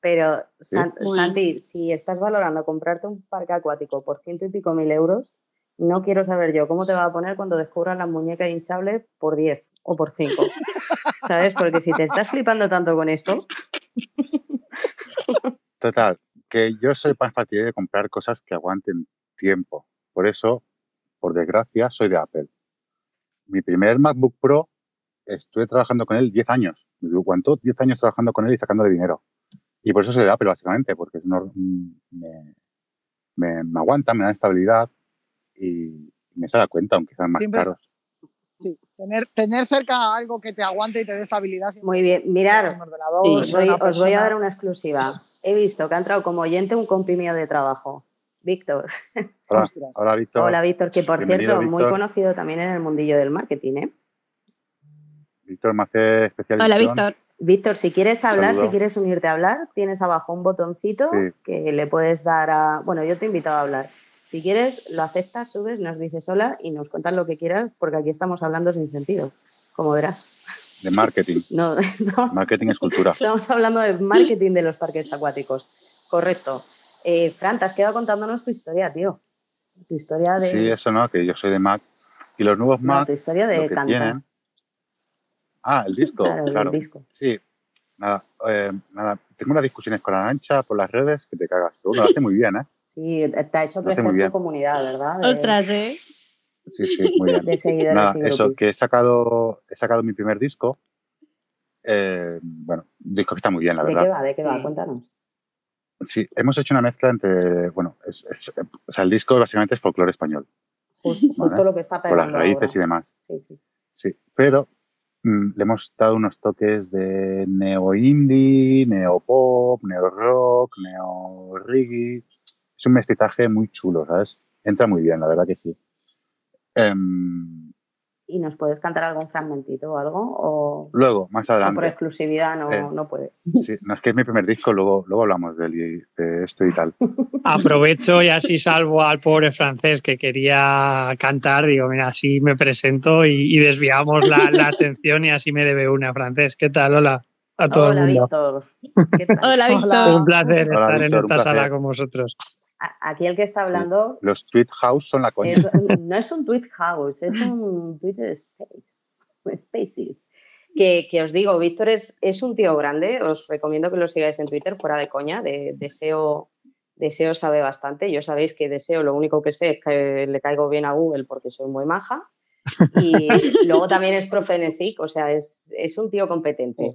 Pero, San- Muy. Santi, si estás valorando comprarte un parque acuático por ciento y pico mil euros, no quiero saber yo cómo te va a poner cuando descubras las muñecas hinchables por 10 o por 5. <laughs> ¿Sabes? Porque si te estás flipando tanto con esto, Total, que yo soy más partidario de comprar cosas que aguanten tiempo. Por eso, por desgracia, soy de Apple. Mi primer MacBook Pro, estuve trabajando con él 10 años. Me aguantó 10 años trabajando con él y sacándole dinero. Y por eso soy de Apple, básicamente, porque es un or- me, me- me aguanta, me da estabilidad y me sale a cuenta, aunque sean más Siempre es- caros. Sí, tener, tener cerca algo que te aguante y te dé estabilidad. siempre Muy bien, un mirar, ordenador, Sí, os una voy, os voy persona. a dar una exclusiva. He visto que ha entrado como oyente un comprimido de trabajo. Víctor. Hola, Ostras. hola, Víctor. Hola, Víctor, que por Bienvenido, cierto, muy Víctor. conocido también en el mundillo del marketing, ¿eh? Víctor me hace especial Hola, ilusión. Víctor. Víctor, si quieres hablar, Saludo. si quieres unirte a hablar, tienes abajo un botoncito Sí. que le puedes dar a... Bueno, yo te he invitado a hablar. Si quieres, lo aceptas, subes, nos dices hola y nos contas lo que quieras, porque aquí estamos hablando sin sentido, como verás. De marketing. No, <laughs> estamos, Marketing es cultura. estamos hablando de marketing de los parques acuáticos. Correcto. Eh, Fran, te has quedado contándonos tu historia, tío. Tu historia de... Sí, eso no, que yo soy de Mac. Y los nuevos no, Mac, tu historia lo de que cantar. tienen. Ah, el disco, Claro, el claro. disco. Sí, nada, eh, nada. Tengo unas discusiones con la ancha por las redes que te cagas. Pero bueno, lo hace muy bien, ¿eh? Sí, te ha hecho Lo hace crecer muy tu bien. comunidad, ¿verdad? De- Ostras, ¿eh? Sí, sí, muy <laughs> bien. de seguidores Nada, y eso, groupies. que he sacado, he sacado mi primer disco. Eh, bueno, un disco que está muy bien, la ¿De verdad. qué va? ¿De qué va? Sí. <laughs> Cuéntanos. Sí, hemos hecho una mezcla entre, bueno, es- es- o sea, el disco básicamente es folclore español, Justo, justo Vale. lo que está por pegando las raíces y ahora. demás. Sí, sí. Sí, pero mm, le hemos dado unos toques de neo indie, neo pop, neo rock, neo reggae. Es un mestizaje muy chulo, ¿sabes? Entra muy bien, la verdad que sí. Em, ¿Y nos puedes cantar algún fragmentito o algo? O, luego, más o por adelante, exclusividad no, Eh. no puedes. sí, no es que es mi primer disco, luego, luego hablamos de, de esto y tal. Aprovecho y así salvo al pobre francés que quería cantar. Digo, mira, así me presento y, y desviamos la, la atención y así me debe una, francés. ¿Qué tal? Hola a todo Hola, el mundo. Víctor. <laughs> ¿Qué tal? Hola, Hola. Víctor. Un placer Hola, estar Víctor, en un esta sala placer. con vosotros. A- Aquí el que está hablando Los Tweet House son la coña. es un- no es un tweet house, es un Twitter space, spaces. Que, que os digo, Víctor es, es un tío grande, os recomiendo que lo sigáis en Twitter, fuera de coña, de E deseo. Deseo E sabe bastante. Yo sabéis que Deseo lo único que sé es que le caigo bien a Google porque soy muy maja. <laughs> Y luego también es profe en SIC, o sea, es, es un tío competente.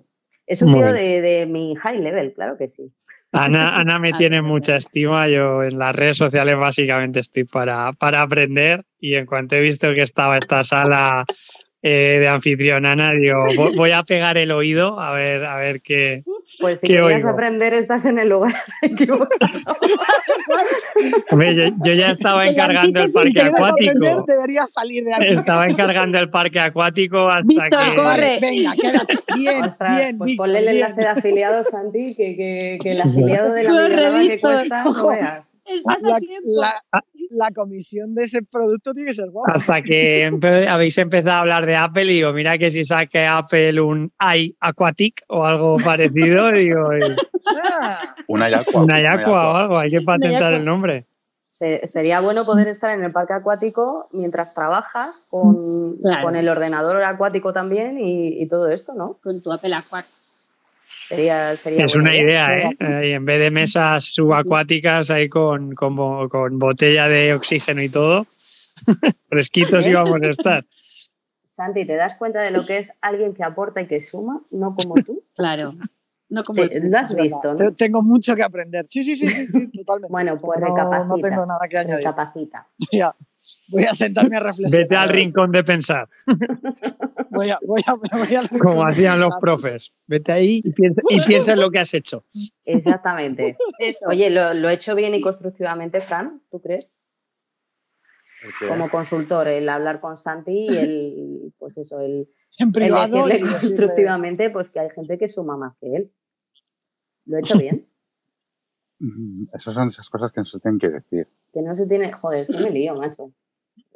Es un Muy tío de, de mi high level, claro que sí. Ana, Ana me Ah, tiene claro, mucha claro. estima. Yo en las redes sociales básicamente estoy para, para aprender y en cuanto he visto que estaba esta sala eh, de anfitrión Ana, digo, "Vo- voy a pegar el oído a ver, a ver qué. Pues si ¿Qué querías oigo? aprender, estás en el lugar <laughs> equivocado. Hombre, yo, yo ya estaba encargando el parque si quieres aprender, acuático. deberías salir de aquí. Estaba encargando el parque acuático hasta Víctor, que. corre. Vale, venga, quédate. Bien, Ostras, bien, pues Víctor, ponle el bien. enlace de afiliado, Santi, que, que- que el afiliado de la millonada que Corre, cuesta, no Víctor. veas. Estás La, a tiempo. la- Ah, la comisión de ese producto tiene que ser guapa. Hasta que empe- habéis empezado a hablar de Apple y digo, mira que si saque Apple un iAquatic <laughs> o algo parecido, digo, eh, Ah, Una yacua. una yacua o algo, hay que patentar yacua. el nombre. Se- sería bueno poder estar en el parque acuático mientras trabajas con, Claro. con el ordenador acuático también y, y todo esto, ¿no? Con tu Apple Aquac. Sería, sería Es buena una idea. idea, ¿eh? Eh, en vez de mesas subacuáticas ahí con, con, bo- con botella de oxígeno y todo, fresquitos ¿Ves? íbamos a estar. Santi, ¿te das cuenta de lo que es alguien que aporta y que suma, no como <laughs> tú? Claro. No como Te- tú. lo has es verdad. visto, ¿no? Te- Tengo mucho que aprender. Sí, sí, sí, sí, <laughs> sí, totalmente. Bueno, pues no, recapacita. no tengo nada que añadir. Recapacita. Voy a, voy a sentarme a reflexionar. Vete al rincón de pensar, <laughs> Voy a, voy a, voy a como hacían los profes. Vete ahí y piensa, y <laughs> piensa en lo que has hecho. <laughs> Exactamente. Eso. Oye, ¿lo, lo he hecho bien y constructivamente, Fran? ¿Tú crees? como consultor, el hablar con Santi y el, pues eso, el, En el privado. y decirle <laughs> decirle- constructivamente pues que hay gente que suma más que él. Lo he hecho bien. <laughs> mm, Esas son esas cosas que no se tienen que decir. Que no se tiene. Joder, es que me lío, macho.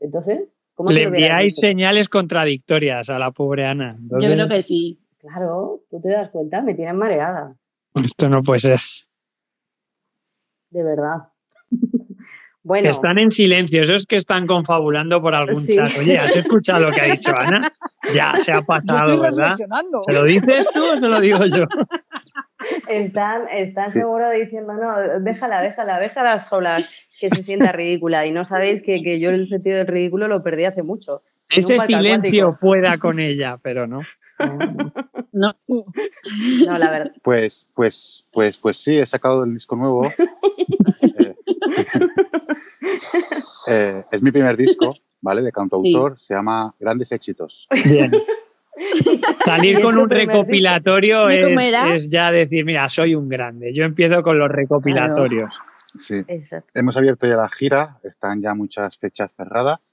Entonces, ¿cómo Le se lo hubieras enviáis dicho? señales contradictorias a la pobre Ana. Yo creo Entonces, que sí. Claro, tú te das cuenta, me tienen mareada. Esto no puede ser. De verdad. <laughs> bueno, Están en silencio, esos que están confabulando por algún Sí. chat. Oye, ¿has escuchado lo que ha dicho Ana? Ya, se ha Yo estoy pasado, ¿verdad? reflexionando. <laughs> ¿Se lo dices tú o se lo digo yo? Están, están Sí. seguro diciendo, no, déjala, déjala, déjala sola, que se sienta ridícula. Y no sabéis que, que yo el sentido del ridículo lo perdí hace mucho. En un Ese parque silencio acuático. pueda con ella, pero no. No, no. No, la <laughs> verdad. Pues, pues, pues, pues sí, he sacado el disco nuevo. Eh, eh, es mi primer disco, ¿vale? De cantautor. Se llama Grandes Éxitos. <laughs> Bien. Salir Y con es tu un primer recopilatorio disco. ¿Y es, cómo era? es ya decir, mira, soy un grande. Yo empiezo con los recopilatorios. Sí. Exacto. Hemos abierto ya la gira. Están ya muchas fechas cerradas.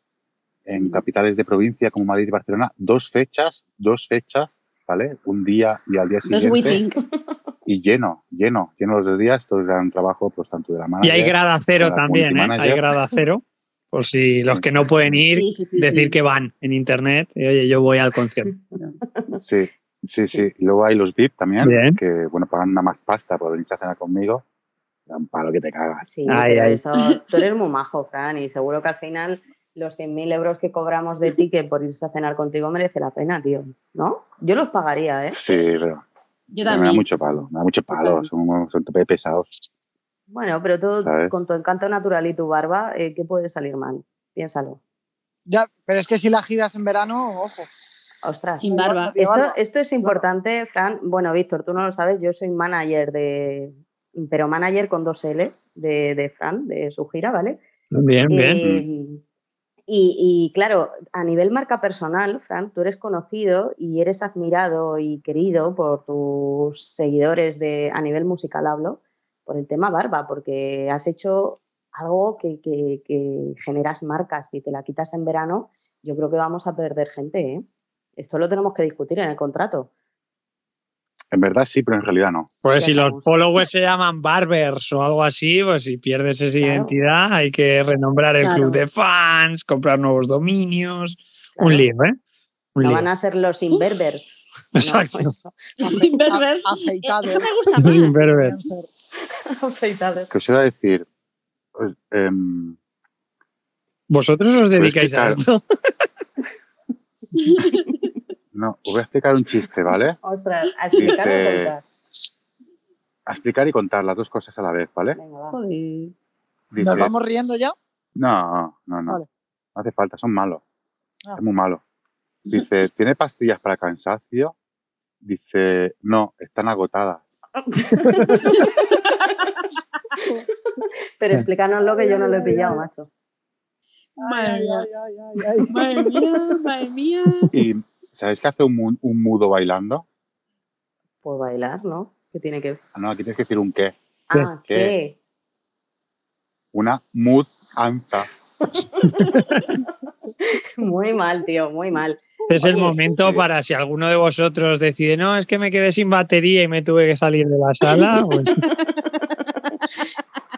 En capitales de provincia como Madrid y Barcelona, dos fechas, dos fechas, ¿vale? Un día y al día Los siguiente. We Think. y lleno, lleno, lleno los dos días. Todo el gran trabajo, pues tanto de la mano. Y hay grada cero la también, ¿eh? multimanager. Hay grada cero. Por si los que no pueden ir, Sí, sí, sí, decir sí. que van en internet. y, oye, yo voy al concierto. Sí, sí, sí. Y Luego hay los VIP también, Bien. que bueno, pagan una más pasta por venirse a cenar conmigo. Da un palo que te cagas. Sí, Ay, pero ay. eso, tú eres muy majo, Fran, y seguro que al final los 100.000 euros que cobramos de ticket por irse a cenar contigo merece la pena, tío. ¿No? Yo los pagaría, ¿eh? Sí, pero me Yo da también. mucho palo, me da mucho palo. también. Son, son tope de pesados. Bueno, pero tú, ¿Sabes? con tu encanto natural y tu barba, eh, ¿qué puede salir mal? Piénsalo. Ya, pero es que si la giras en verano, ojo. Ostras. Sin Lleva barba. Esto, barba. esto es importante, Fran. Bueno, Víctor, tú no lo sabes, yo soy manager de. Pero manager con dos L's de, de Fran, de su gira, ¿vale? Bien, bien. Eh, y, y, claro, a nivel marca personal, Fran, tú eres conocido y eres admirado y querido por tus seguidores de, a nivel musical, hablo, por el tema barba, porque has hecho algo que, que- que generas marcas. Si te la quitas en verano, yo creo que vamos a perder gente. ¿eh? Esto lo tenemos que discutir en el contrato. En verdad sí, pero en realidad no. Pues Ya si los estamos. followers se llaman barbers o algo así, pues si pierdes esa Claro. identidad, hay que renombrar el Claro. club de fans, comprar nuevos dominios. Claro. Un lío, ¿eh? Un No lío. van a ser los <laughs> inverbers. No, pues Exacto. eso. Sin berbers. A- afeitado. Eso me gusta <laughs> Sin más. berbers. Pueden ser. Afeitados. Que os iba a decir. pues, em, ¿Vosotros os es que, dedicáis a claro. esto? <laughs> no, os voy a explicar un chiste, ¿vale? Ostras, a explicar o Dice- contar. A explicar y contar las dos cosas a la vez, ¿vale? Venga, va. Joder. Dice, Nos vamos riendo ya. No, no, no. Vale. No hace falta, son malos. Ah. Es muy malo. Dice, ¿tiene pastillas para cansancio? Dice, no, están agotadas. Pero explícanoslo que yo no lo he pillado, macho. Madre mía. ay, ay, ay, ay. Madre mía, madre mía. ¿Y sabéis que hace un, mu- un mudo bailando? Pues bailar, ¿no? ¿Qué tiene que Ah, No, aquí tienes que decir un qué. Ah, ¿Qué? ¿qué? Una mudanza. Muy mal, tío, muy mal. Este es el Oye, momento sí. para si alguno de vosotros decide, no, es que me quedé sin batería y me tuve que salir de la sala. <laughs> pues, bueno,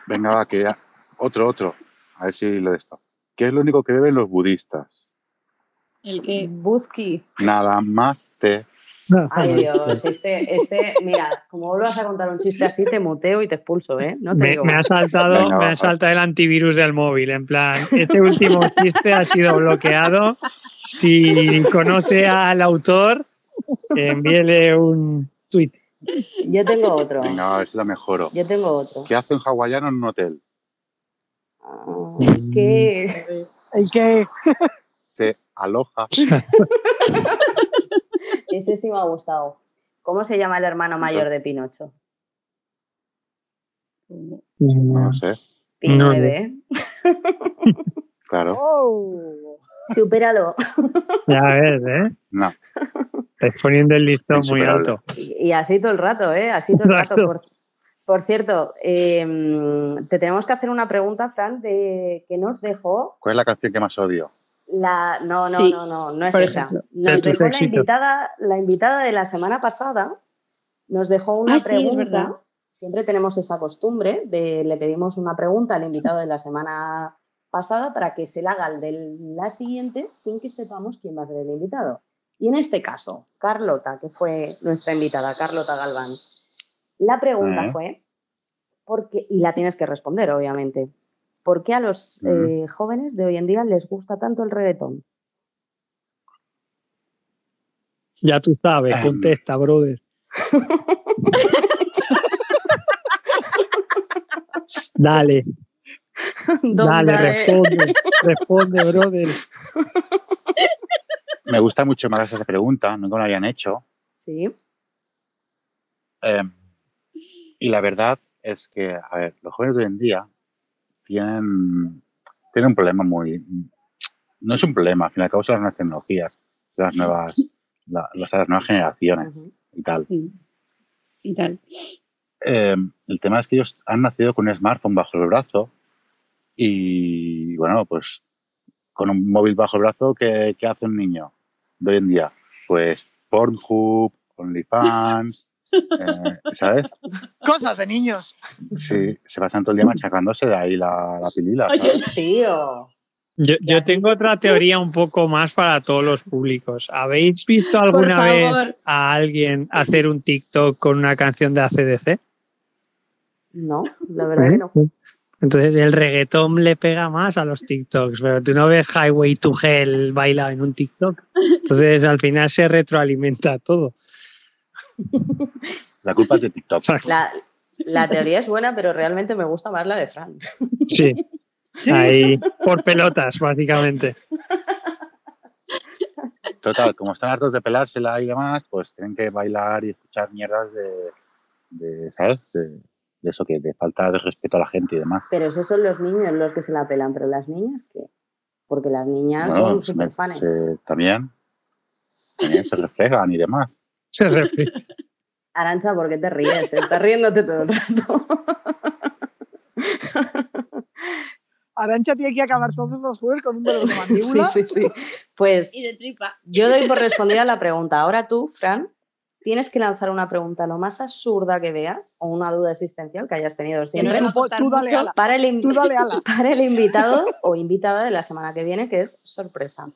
Venga, va, que ya. Otro, otro. A ver si lo de esto. ¿Qué es lo único que beben los budistas? El que. Buzki. Nada más te. no, Ay, no. Dios, este, este, mira, como vuelvas a contar un chiste así, te muteo y te expulso, ¿eh? No te Me, digo. me ha más. saltado, Venga, me ha va. saltado el antivirus del móvil. En plan, este último chiste ha sido bloqueado. Si conoce al autor, envíele un tweet. Yo tengo otro. Venga, va, a ver si la mejoro. Yo tengo otro. ¿Qué hace un hawaiano en un hotel? Ah, ¿Qué? El que Se aloja. Ese sí me ha gustado. ¿Cómo se llama el hermano mayor de Pinocho? No sé, Pin No, no. 9, ¿eh? claro. Oh. Supéralo. Ya ves, ¿eh? No. Estáis poniendo el listón muy Insuperable. alto. Y y así todo el rato, ¿eh? Así todo el rato. Exacto. Por, por cierto, eh, te tenemos que hacer una pregunta, Fran, de que nos dejó ¿Cuál es la canción que más odio? la. No, no, Sí, no, no, no es por esa. ejemplo. De Nos tus dejó la éxitos. invitada, la invitada de la semana pasada, nos dejó una Ah, sí, es pregunta. verdad. Siempre tenemos esa costumbre de le pedimos una pregunta al invitado de la semana pasada para que se la haga al de la siguiente sin que sepamos quién va a ser el invitado. Y en este caso, Carlota, que fue nuestra invitada, Carlota Galván, la pregunta Ah. fue, ¿por qué- y la tienes que responder, obviamente, ¿por qué a los Ah. eh, jóvenes de hoy en día les gusta tanto el <laughs> reggaetón? Ya tú sabes, Em. contesta, brother. Dale, dale, Dale. responde, responde, brother. Me gusta mucho más esa pregunta, nunca me la habían hecho. Sí. Eh, y la verdad es que, a ver, los jóvenes de hoy en día tienen, tienen un problema muy... No es un problema, al fin y al cabo son las nuevas tecnologías, son las nuevas, la- las, las nuevas generaciones Ujú. y tal. Sí. <laughs> Y tal. Eh, el tema es que ellos han nacido con un smartphone bajo el brazo y, bueno, pues con un móvil bajo el brazo, ¿qué, qué hace un niño de hoy en día? Pues Pornhub, OnlyFans, eh, ¿sabes? Cosas de niños. Sí, se pasan todo el día machacándose de ahí la, la pilila. Oye, ¿sabes? Tío. Yo, yo tengo otra teoría un poco más para todos los públicos. ¿Habéis visto Por alguna vez favor. a alguien hacer un TikTok con una canción de ACDC? No, la verdad que no. Entonces el reggaetón le pega más a los TikToks, pero tú no ves Highway to Hell bailado en un TikTok. Entonces al final se retroalimenta todo. La culpa es de TikTok. Exacto. La, la teoría es buena, pero realmente me gusta más la de Fran. Sí, ahí por pelotas básicamente. <laughs> Total, como están hartos de pelársela y demás, pues tienen que bailar y escuchar mierdas de, de, ¿sabes? De, de eso que de falta de respeto a la gente y demás. Pero esos son los niños los que se la pelan, pero las niñas, ¿qué? Porque las niñas Bueno, Ah, son se- súper fanes. se- también, también se reflejan y demás. Se refiere. Arancha, ¿por qué te ríes? Estás riéndote todo el rato. Arancha tiene que acabar todos los jueves con un dolor de mandíbula. Sí, sí, <laughs> sí. Pues Y de tripa. yo doy por respondida la pregunta. Ahora tú, Fran, tienes que lanzar una pregunta lo más absurda que veas o una duda existencial que hayas tenido siempre tú, po- tú dale ala. para el, in- Tú dale <laughs> alas. para el invitado o invitada de la semana que viene, que es sorpresa.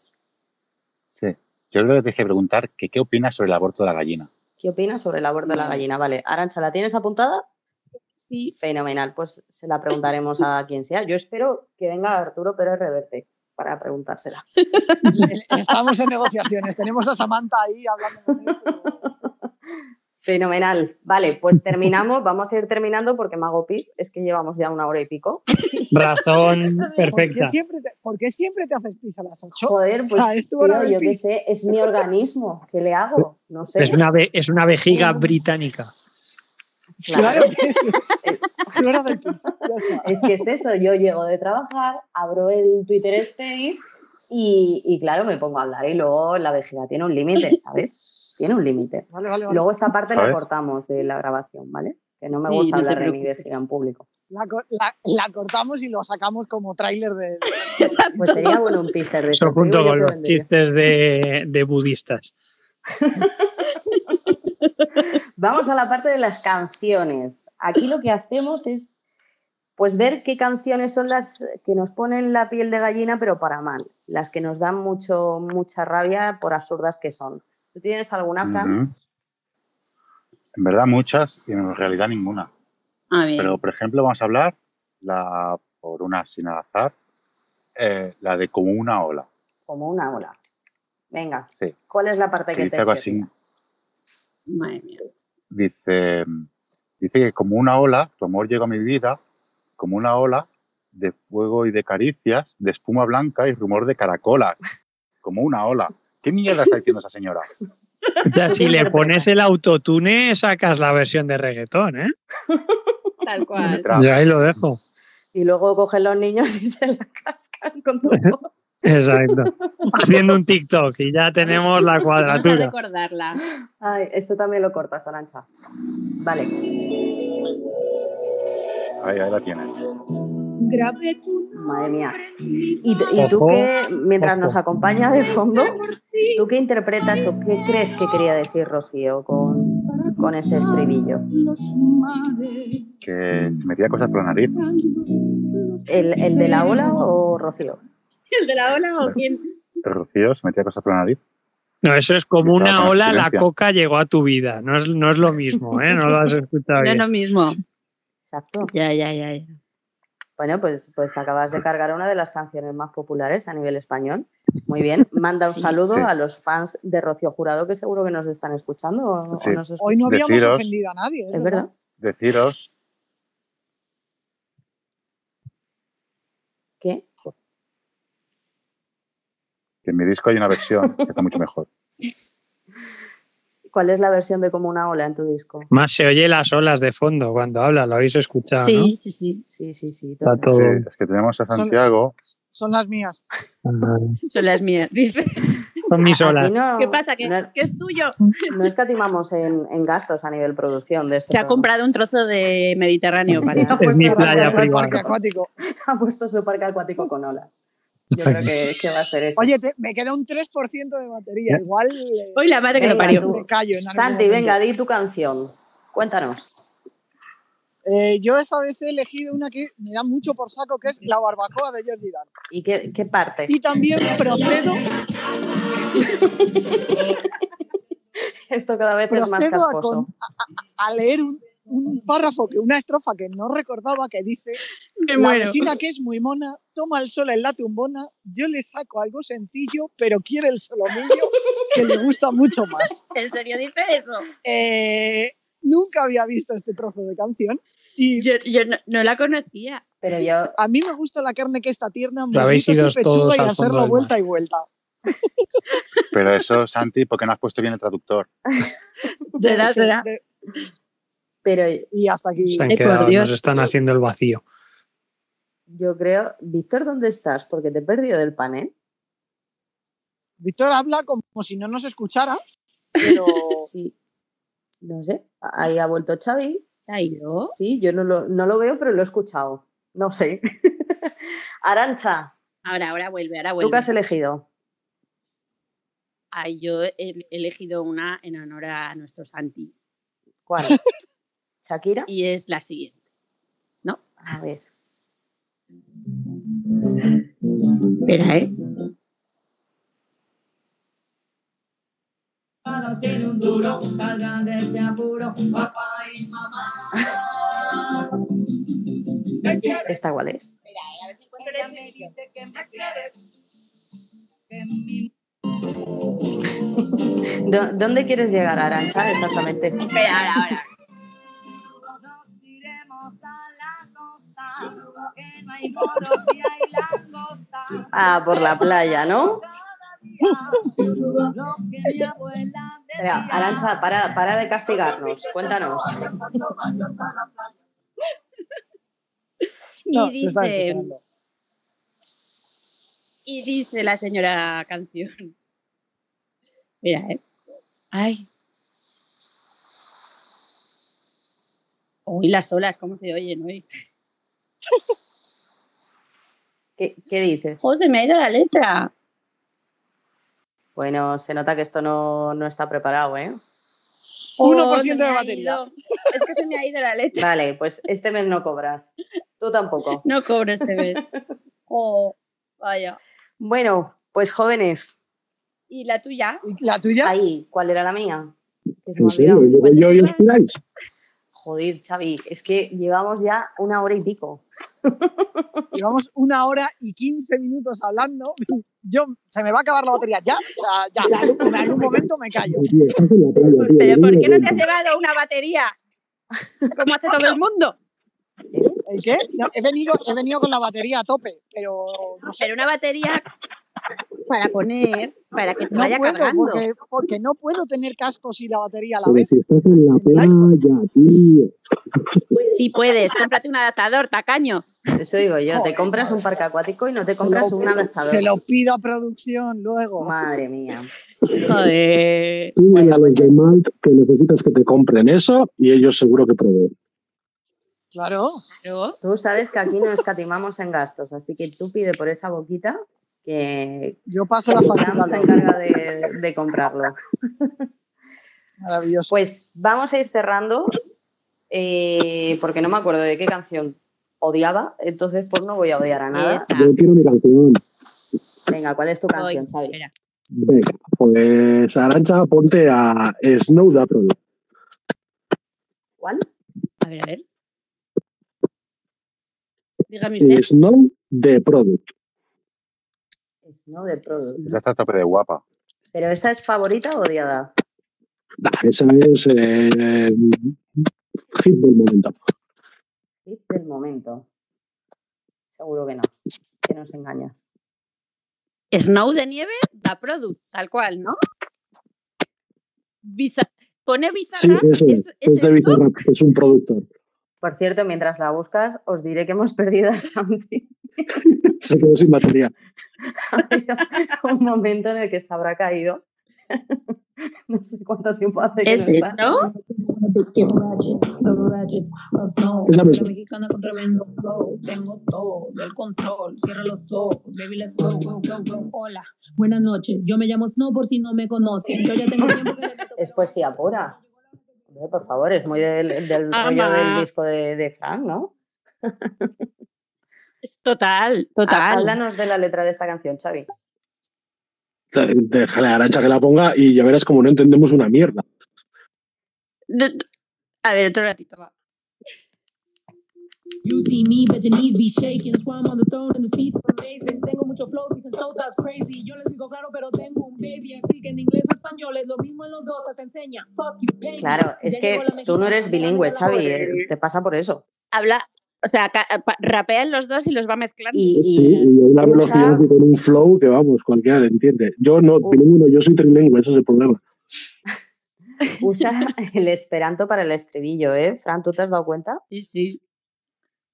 Sí. Yo creo que te dije preguntar que qué opinas sobre el aborto de la gallina. ¿Qué opinas sobre el aborto de la Vale. gallina? Vale, Arancha, ¿la tienes apuntada? Sí, Fenomenal, pues se la preguntaremos a quien sea. Yo espero que venga Arturo Pérez Reverte para preguntársela. Eh, Estamos en negociaciones. Tenemos a Samantha ahí hablando con él, pero Fenomenal. Vale, pues terminamos. Vamos a ir terminando porque Mago Pis es que llevamos ya una hora y pico. Razón ¿Por qué perfecta. siempre te, por qué siempre te haces pis a las 8? Joder, pues O sea, es tu hora tío, del yo qué pis. sé, es mi organismo. ¿Qué le hago? No sé. Es una, ve- es una vejiga británica. Claro, que es Es, su hora del pis. Ya está. <laughs> es que es eso. Yo llego de trabajar, abro el Twitter Space y, y claro, me pongo a hablar. Y luego la vejiga tiene <laughs> un límite, ¿sabes? Tiene un límite. Vale, vale, vale. Luego esta parte la ¿Sabes? cortamos de la grabación, ¿vale? Que no me Sí, gusta no te hablar de mi preocupes. vejiga <laughs> en público. La, co- la- la cortamos y lo sacamos como tráiler de. Pues sería bueno un teaser de Eso eso. junto Digo yo que con los vendría. chistes de, de budistas. Vamos a la parte de las canciones. Aquí lo que hacemos es pues ver qué canciones son las que nos ponen la piel de gallina, pero para mal. Las que nos dan mucho, mucha rabia por absurdas que son. ¿Tú tienes alguna, Fran? Ujú. En verdad muchas y en realidad ninguna. a ver. Pero, por ejemplo, vamos a hablar, la, por una sin al azar, eh, la de como una ola. Como una ola. Venga, Sí. ¿cuál es la parte Que que dice te algo así, chirría? Madre mía. dice, dice que como una ola, tu amor llega a mi vida, como una ola de fuego y de caricias, de espuma blanca y rumor de caracolas. Como una ola. ¿Qué mierda está diciendo esa señora? Ya, si le pones el autotune, sacas la versión de reggaetón, ¿eh? <laughs> Tal cual. Letra. Yo ahí lo dejo. Y luego cogen los niños y <laughs> se la cascan con tu voz. <laughs> Exacto. Haciendo un TikTok y ya tenemos la Vamos a cuadratura. recordarla. Ay, esto también lo cortas, Arancha. Vale, Ahí, ahí la tienes. Grabé tu madre mía. nombre en mi ¿Y, t- y tú Ojo, que, mientras ojo. nos acompaña de fondo, ti. tú qué interpretas o qué crees que quería decir Rocío con, Para con ese estribillo? los mares, Que se metía cosas por la nariz. cantando los ¿El, el de la ola o Rocío? ¿El de la ola o quién? Rocío se metía cosas por la nariz. No, eso es como Estaba una con ola, la abstinencia. coca llegó a tu vida. No es, no es lo mismo, ¿eh? No lo has escuchado No es bien. lo mismo. Exacto. Ya, ya, ya. ya. Bueno, pues, pues te acabas de cargar una de las canciones más populares a nivel español. Muy bien, manda un saludo Sí. a los fans de Rocío Jurado que seguro que nos están escuchando. o- o Sí. nos escuchan. Hoy no habíamos Deciros- ofendido a nadie. Es verdad. Deciros ¿Qué? Que en mi disco hay una versión que está mucho mejor. ¿Cuál es la versión de Como una ola en tu disco? Más se oye las olas de fondo cuando habla, lo habéis escuchado, sí, Ah, ¿no? sí, sí. Sí, sí, sí. Está total. todo- Sí, es que tenemos a Son- Santiago. Son las mías. Son las mías. <laughs> Dice, Son mis A- olas. aquí no- ¿qué pasa? ¿Que, No, que es tuyo? no escatimamos en, en gastos a nivel producción de este Se ha programa. comprado un trozo de Mediterráneo <laughs> <laughs> para... Es mi Pues playa nada, Al privada. parque acuático. Ha puesto su parque acuático con olas. Yo creo que, que va a ser eso. Oye, te- me queda un 3% de batería. Igual eh, Hoy la madre que lo Venga, parió. tú. me callo. En algún pues, Santi, momento. venga, di tu canción. Cuéntanos. Eh, yo esa vez he elegido una que me da mucho por saco, que es La Barbacoa de Jordi Dan. ¿Y qué, qué parte? Y también procedo, Esto cada vez es más procedo a, casposo. con- a- a- a leer un, un párrafo, que, una estrofa que no recordaba que dice Me La muero. vecina que es muy mona toma el sol en la tumbona, yo le saco algo sencillo, pero quiere el solomillo que le gusta mucho más. ¿En serio dice eso? Eh, nunca había visto este trozo de canción y Yo, yo no, no la conocía. Pero yo, a mí me gusta la carne que está tierna, La habéis morritos y ido todos pechuga y al fondo hacerlo del vuelta y vuelta. Pero eso, Santi, ¿por qué no has puesto bien el traductor? Debe Será, ser, será. de- pero y hasta aquí. Se han Ay, por quedado, nos Dios. están haciendo el vacío. yo creo. Víctor, ¿dónde estás? Porque te he perdido del panel. Víctor habla como si no nos escuchara, <laughs> pero Sí. No sé. Ahí ha vuelto Xavi. ¿Se ha ido? Sí, yo no lo, no lo veo, pero lo he escuchado. No sé. <laughs> Arancha, Ahora, ahora vuelve, ahora ¿tú qué vuelve. has elegido? Ay, yo he he elegido una en honor a nuestro Santi ¿Cuál? ¿Shakira? y es la siguiente. A ver. Espera, ¿eh? ¿Esta cuál es? ¿Dó- ¿Dónde quieres llegar, Arancha? Exactamente. Espera, ahora, ahora. Ah, por la playa, ¿no? Espera, Arancha, para, para de castigarnos. Cuéntanos. no, y, se está dice, escuchando. y dice la señora canción. Mira, ¿eh? Ay. Uy, las olas, ¿cómo se oyen hoy? ¿Qué, qué dices? Joder, se me ha ido la letra. Bueno, se nota que esto no, no está preparado, ¿eh? 1% se me de ha batería. ido. Es que se me ha ido la letra. Vale, pues este mes no cobras. Tú tampoco. No cobro <laughs> este mes. Oh, vaya. Bueno, pues jóvenes, ¿Y la tuya? ¿Y ¿La tuya? ahí, ¿cuál era la mía? Que se me ¿En ha serio? olvidado. ¿Yo, ¿Cuál yo, es? yo os tiráis? Joder, Xavi, es que llevamos ya una hora y pico. Llevamos una hora y 15 minutos hablando. Yo, se me va a acabar la batería. Ya, o sea, ya. <laughs> En algún momento me callo. Tío, estás en la playa, tío, yo Pero no ¿por me qué no te cuento. has llevado una batería? Como hace todo el mundo. ¿El qué? No, he, venido, he venido con la batería a tope, pero no sé. Pero una batería para poner, para que te No vaya puedo, cargando. porque, porque no puedo tener cascos y la batería a la Pero vez. si estás en la El iPhone. playa, tío. Si puedes, cómprate un adaptador, tacaño. Eso digo yo, te Joder, compras un parque acuático y no te compras un Se adaptador. lo pido a producción luego. Madre mía. Joder. Tú dile a los pues, eh. demás que necesitas que te compren eso y ellos seguro que proveen. Claro. Claro. Tú sabes que aquí no escatimamos en gastos, así que tú pide por esa boquita que Yo paso la Sam factura. se luego. encarga de, de comprarlo. Maravilloso. Pues vamos a ir cerrando eh, porque no me acuerdo de qué canción odiaba, entonces pues no voy a odiar a nada. Esta. Yo quiero mi canción. Venga, ¿cuál es tu Voy, canción, Xavi? espera. Venga, pues Arancha, ponte a Snow Da Product. ¿Cuál? A ver, a ver. Dígame usted. Eh, Snow The Product. Es no de Product. Esa está a tope de guapa. ¿Pero esa es favorita o odiada? Nah, esa es eh, hit del momento. Hit del momento. Seguro que no, que nos engañas. Snow de nieve, da product, tal cual, ¿no? Biza- pone Sí, Bizarrap. eso es. es Es de esto? Bizarrap, es un <laughs> productor. Por cierto, mientras la buscas, os diré que hemos <laughs> perdido a Santi. Se quedó sin batería. Ha habido un momento en el que se habrá caído. <laughs> No sé cuánto tiempo hace que ¿Es no está. esto? Es la misma. mexicana con tremendo flow. Tengo todo el control. Cierra los ojos. Baby, let's go, go, go, go. Hola, buenas noches. Yo me llamo Snow por si no me conocen. Yo ya tengo tiempo que le meto- Es poesía pura. Hombre, por favor, es muy del, del Ah, rollo Ama. del disco de, de Frank, ¿no? Total, Há- total. Háblanos de la letra de esta canción, Xavi. Déjale a Arancha que la ponga y ya verás como no entendemos una mierda. D- A ver, otro ratito va. You see me, but your knees be shaking. That's why I'm on the throne and the seats are amazing. Tengo mucho flow, dicen so that's crazy. Yo les digo claro, pero tengo un baby. Así que en inglés o español es lo mismo en los dos, se enseña. Fuck you, baby. Claro, es Ya que llegó la tú no eres mexicana, bilingüe, mira la Xavi, joder. eh, te pasa por eso. Habla, o sea, ca- eh, pa- rapea en los dos y los va mezclando. Y, Sí, y y a una usa- velocidad y con un flow que vamos, cualquiera le entiende. Yo no, bilingüe no, yo soy trilingüe, eso es el problema. usa el esperanto para el estribillo, ¿eh? Fran, ¿tú te has dado cuenta? Sí, sí.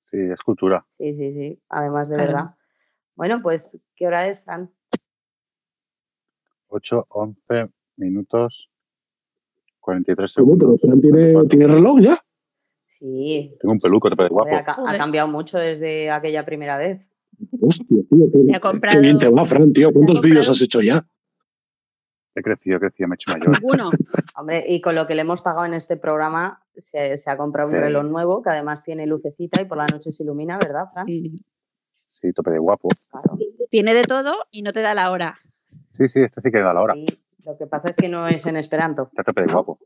Sí, es cultura. Sí, sí, sí, además de Claro. verdad. Bueno, pues, ¿qué hora es, Fran? 8, 11 minutos, 43 ¿Cómo? Pero segundos. Fran tiene, 44. ¿tiene reloj ya. Sí. Tengo un peluco, te parece Hombre, guapo. ha, ca- ha Joder. cambiado mucho desde aquella primera vez. Hostia, tío, qué, Se ha qué comprado- bien te va, Fran, tío. ¿Cuántos comprado- vídeos has hecho ya? He crecido, he crecido, me he hecho mayor. <laughs> Uno. Hombre, y con lo que le hemos pagado en este programa, se, se ha comprado Sí. un reloj nuevo que además tiene lucecita y por la noche se ilumina, ¿verdad, Fran? Sí. Sí, tope de guapo. Claro. Tiene de todo y no te da la hora. Sí, sí, este sí que da la hora. Y lo que pasa es que no es en esperanto. Está tope de guapo.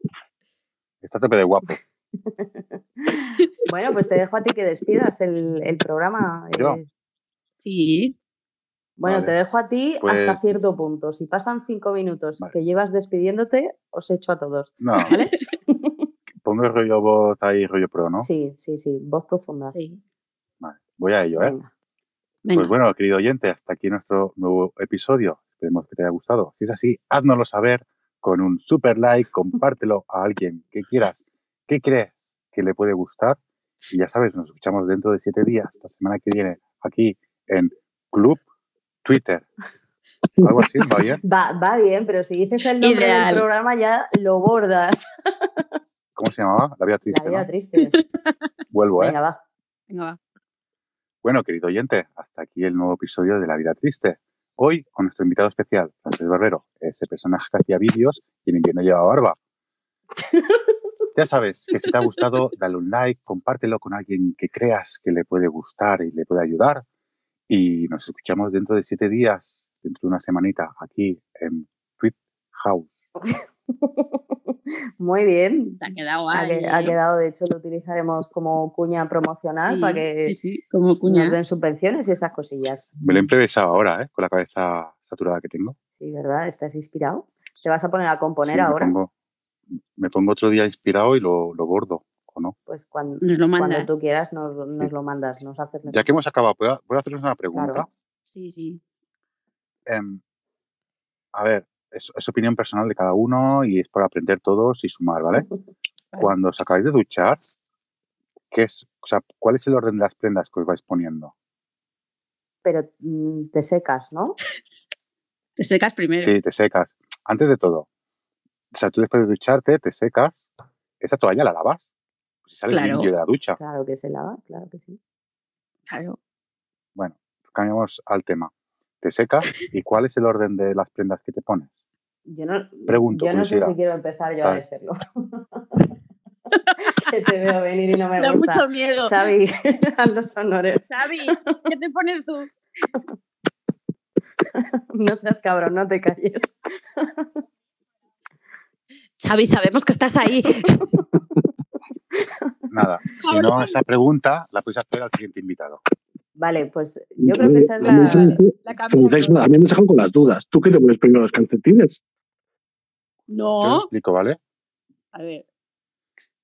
Está tope de guapo. Bueno, pues te dejo a ti que despidas el, el programa. ¿Yo? eh, Sí. Bueno, Vale. te dejo a ti Pues- hasta cierto punto. Si pasan cinco minutos Vale. que llevas despidiéndote, os echo a todos. No. Pongo el rollo voz ahí, rollo pro, ¿no? Sí, sí, sí, voz profunda. Sí. Vale. Voy a ello, ¿eh? Venga. Venga. Pues bueno, querido oyente, hasta aquí nuestro nuevo episodio. Esperemos que te haya gustado. Si es así, háznoslo saber con un super like, compártelo a alguien que quieras, que crees que le puede gustar. Y ya sabes, nos escuchamos dentro de siete días, la semana que viene, aquí en Club Twitter. <laughs> Algo así, ¿va bien? Va, va bien, pero si dices el nombre Ideal. del programa ya lo bordas. ¿Cómo se llamaba? La vida triste, La vida ¿no? <laughs> triste. Vuelvo, ¿eh? Venga, va. <laughs> Venga, va. Bueno, querido oyente, hasta aquí el nuevo episodio de La Vida Triste. Hoy con nuestro invitado especial, Francés Barbero, ese personaje que hacía vídeos y en invierno llevaba <laughs> barba. Ya sabes que si te ha gustado, dale un like, compártelo con alguien que creas que le puede gustar y le puede ayudar. Y nos escuchamos dentro de siete días, dentro de una semanita, aquí en Tweet House. Muy bien. Te ha quedado Ha, guay. que- ha quedado, de hecho, lo utilizaremos como cuña promocional Sí, para que sí, sí, como cuña. nos den subvenciones y esas cosillas. Pues, Me lo he improvisado ahora, ¿eh? con la cabeza saturada que tengo. Sí, ¿verdad? ¿Estás inspirado? ¿Te vas a poner a componer Sí, me, ahora? pongo, me pongo otro día inspirado y lo, lo bordo, ¿o no? Pues cuando, Nos lo cuando manda. tú quieras nos, nos Sí. lo mandas, nos haces Ya que hemos acabado, ¿puedo, puedo haceros una pregunta? Claro. Sí, sí. Em, a ver, es, es opinión personal de cada uno y es para aprender todos y sumar, ¿vale? Cuando os acabáis de duchar, ¿qué es, o sea, ¿cuál es el orden de las prendas que os vais poniendo? pero mm, te secas, ¿no? Te secas primero. Sí, te secas. Antes de todo, o sea, tú después de ducharte, te secas, esa toalla la lavas, si sales Claro. limpio de la ducha. Claro que se lava, claro que sí. Claro. Cambiamos al tema. Te secas y cuál es el orden de las prendas que te pones. Yo no, Pregunto, yo no sé curiosidad. si quiero empezar yo a Vale. decirlo. <laughs> que te veo venir y no me da gusta. mucho miedo. Xavi, <laughs> a los honores. Xavi, ¿qué te pones tú? <laughs> No seas cabrón, no te calles. Xavi, sabemos que estás <laughs> ahí. Nada, si no, esa pregunta la podéis hacer al siguiente invitado. Vale, pues yo creo Eh, que esa es A mí la. se me hace- La Francés, a mí me dejan con las dudas. ¿Tú qué te pones primero, los calcetines? Yo lo No. explico, ¿vale? A ver.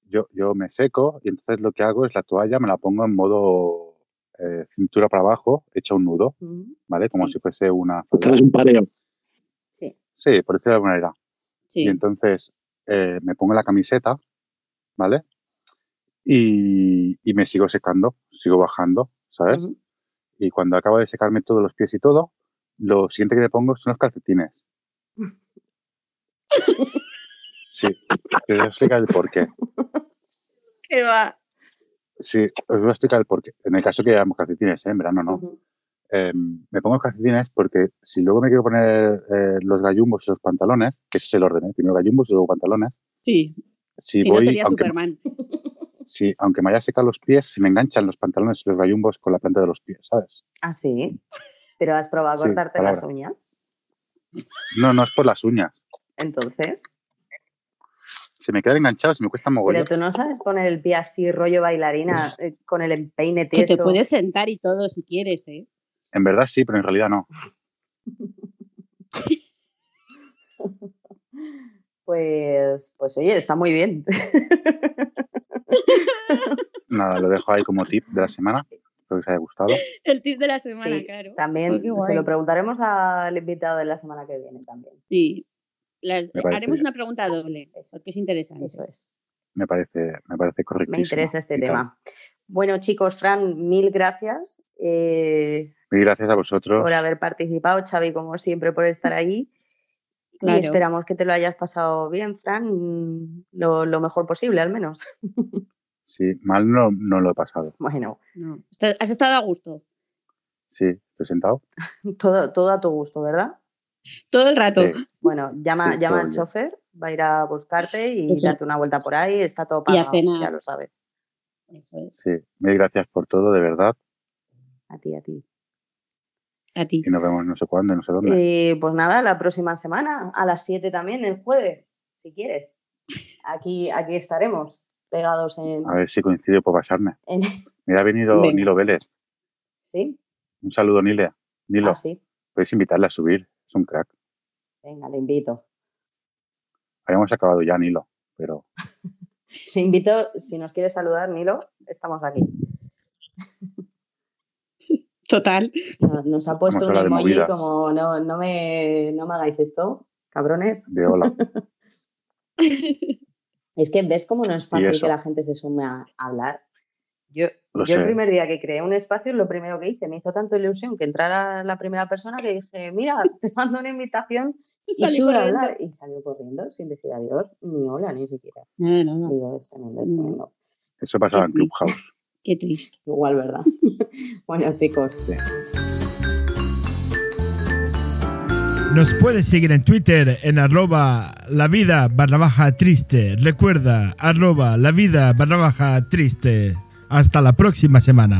Yo, yo me seco y entonces lo que hago es la toalla me la pongo en modo eh, cintura para abajo, hecha un nudo, Mm, ¿vale? Como Sí. si fuese una falda. Tras un pareo. Sí, Sí, por decirlo de alguna manera. Sí. Y entonces eh, me pongo la camiseta, ¿vale? Y, y me sigo secando, sigo bajando, ¿sabes? Ujú. Y cuando acabo de secarme todos los pies y todo, lo siguiente que me pongo son los calcetines. Sí, te voy a explicar el porqué. <laughs> ¿Qué va? Sí, os voy a explicar el porqué. En el caso que llevamos calcetines, ¿eh? en verano no. ujú. eh, me pongo los calcetines porque si luego me quiero poner eh, los gallumbos y los pantalones, que ese es el orden, ¿eh? primero gallumbos y luego pantalones, Sí, si, si no voy, sería aunque, <laughs> Superman. si- aunque me haya secado los pies, se me enganchan los pantalones y los gallumbos con la planta de los pies, ¿sabes? Ah, sí. Pero has probado a Sí, cortarte las palabra. uñas. No, no es por las uñas. Entonces, Se me quedan enganchados y me cuesta mogollón. pero tú no sabes poner el pie así, rollo bailarina, eh, con el empeine Que tieso. te puedes sentar y todo si quieres, ¿eh? En verdad sí, pero en realidad no. Pues, pues oye, está muy bien. Nada, lo dejo ahí como tip de la semana. Espero que os haya gustado. El tip de la <laughs> semana, Sí, claro. También Pues qué se guay. lo preguntaremos al invitado de la semana que viene también. Sí. Las- Me parece haremos bien. una pregunta doble, porque es interesante. Eso es. Me parece, me parece correctísimo. Me interesa este y tal. tema. Bueno, chicos, Fran, mil gracias eh, Mil gracias a vosotros. por haber participado, Xavi, como siempre, por estar ahí. Claro. Y esperamos que te lo hayas pasado bien, Fran, lo, lo mejor posible, al menos. <laughs> Sí, mal no, no lo he pasado. Bueno, No. Estás- Has estado a gusto. Sí, estoy sentado. todo, todo a tu gusto, ¿verdad? Todo el rato. Sí. Bueno, llama, Sí, llama todo al bien. chofer, va a ir a buscarte y Eso. date una vuelta por ahí, está todo Y a pagado, cenar. ya lo sabes. Eso ¿eh? es. Sí, mil gracias por todo, de verdad. A ti, a ti. A ti. Y nos vemos no sé cuándo, y no sé dónde. Eh, pues nada, la próxima semana, a las 7 también, el jueves, si quieres. Aquí, aquí estaremos, pegados en... A ver si coincido por pasarme. en- Mira, ha venido Venga. Nilo Vélez. sí, Un saludo, Nile. Nilo, Ah, sí. puedes invitarle a subir. Es un crack. Venga, le invito. Habíamos acabado ya, Nilo. Pero Le invito, si nos quieres saludar, Nilo, estamos aquí. Total. <laughs> Nos, nos ha puesto Vamos a un hablar de emoji movidas. como, no, no, me, no me hagáis esto, cabrones. de hola. Es que ves cómo no es fácil eso. que la gente se sume a a hablar. Yo, Lo yo el sé. primer día que creé un espacio, lo primero que hice, me hizo tanto ilusión que entrara la primera persona que dije, mira, <laughs> te mando una invitación <laughs> y Salí sube a corriendo. hablar. Y salió corriendo sin decir adiós, ni hola, ni siquiera. No, no, no. Digo, es tremendo, es No. tremendo. Eso pasaba en Sí, sí. Clubhouse. Qué triste. Igual, ¿verdad? <laughs> bueno, chicos, Nos puedes seguir en Twitter en arroba la vida barra baja triste. Recuerda, arroba la vida barra baja triste. Hasta la próxima semana.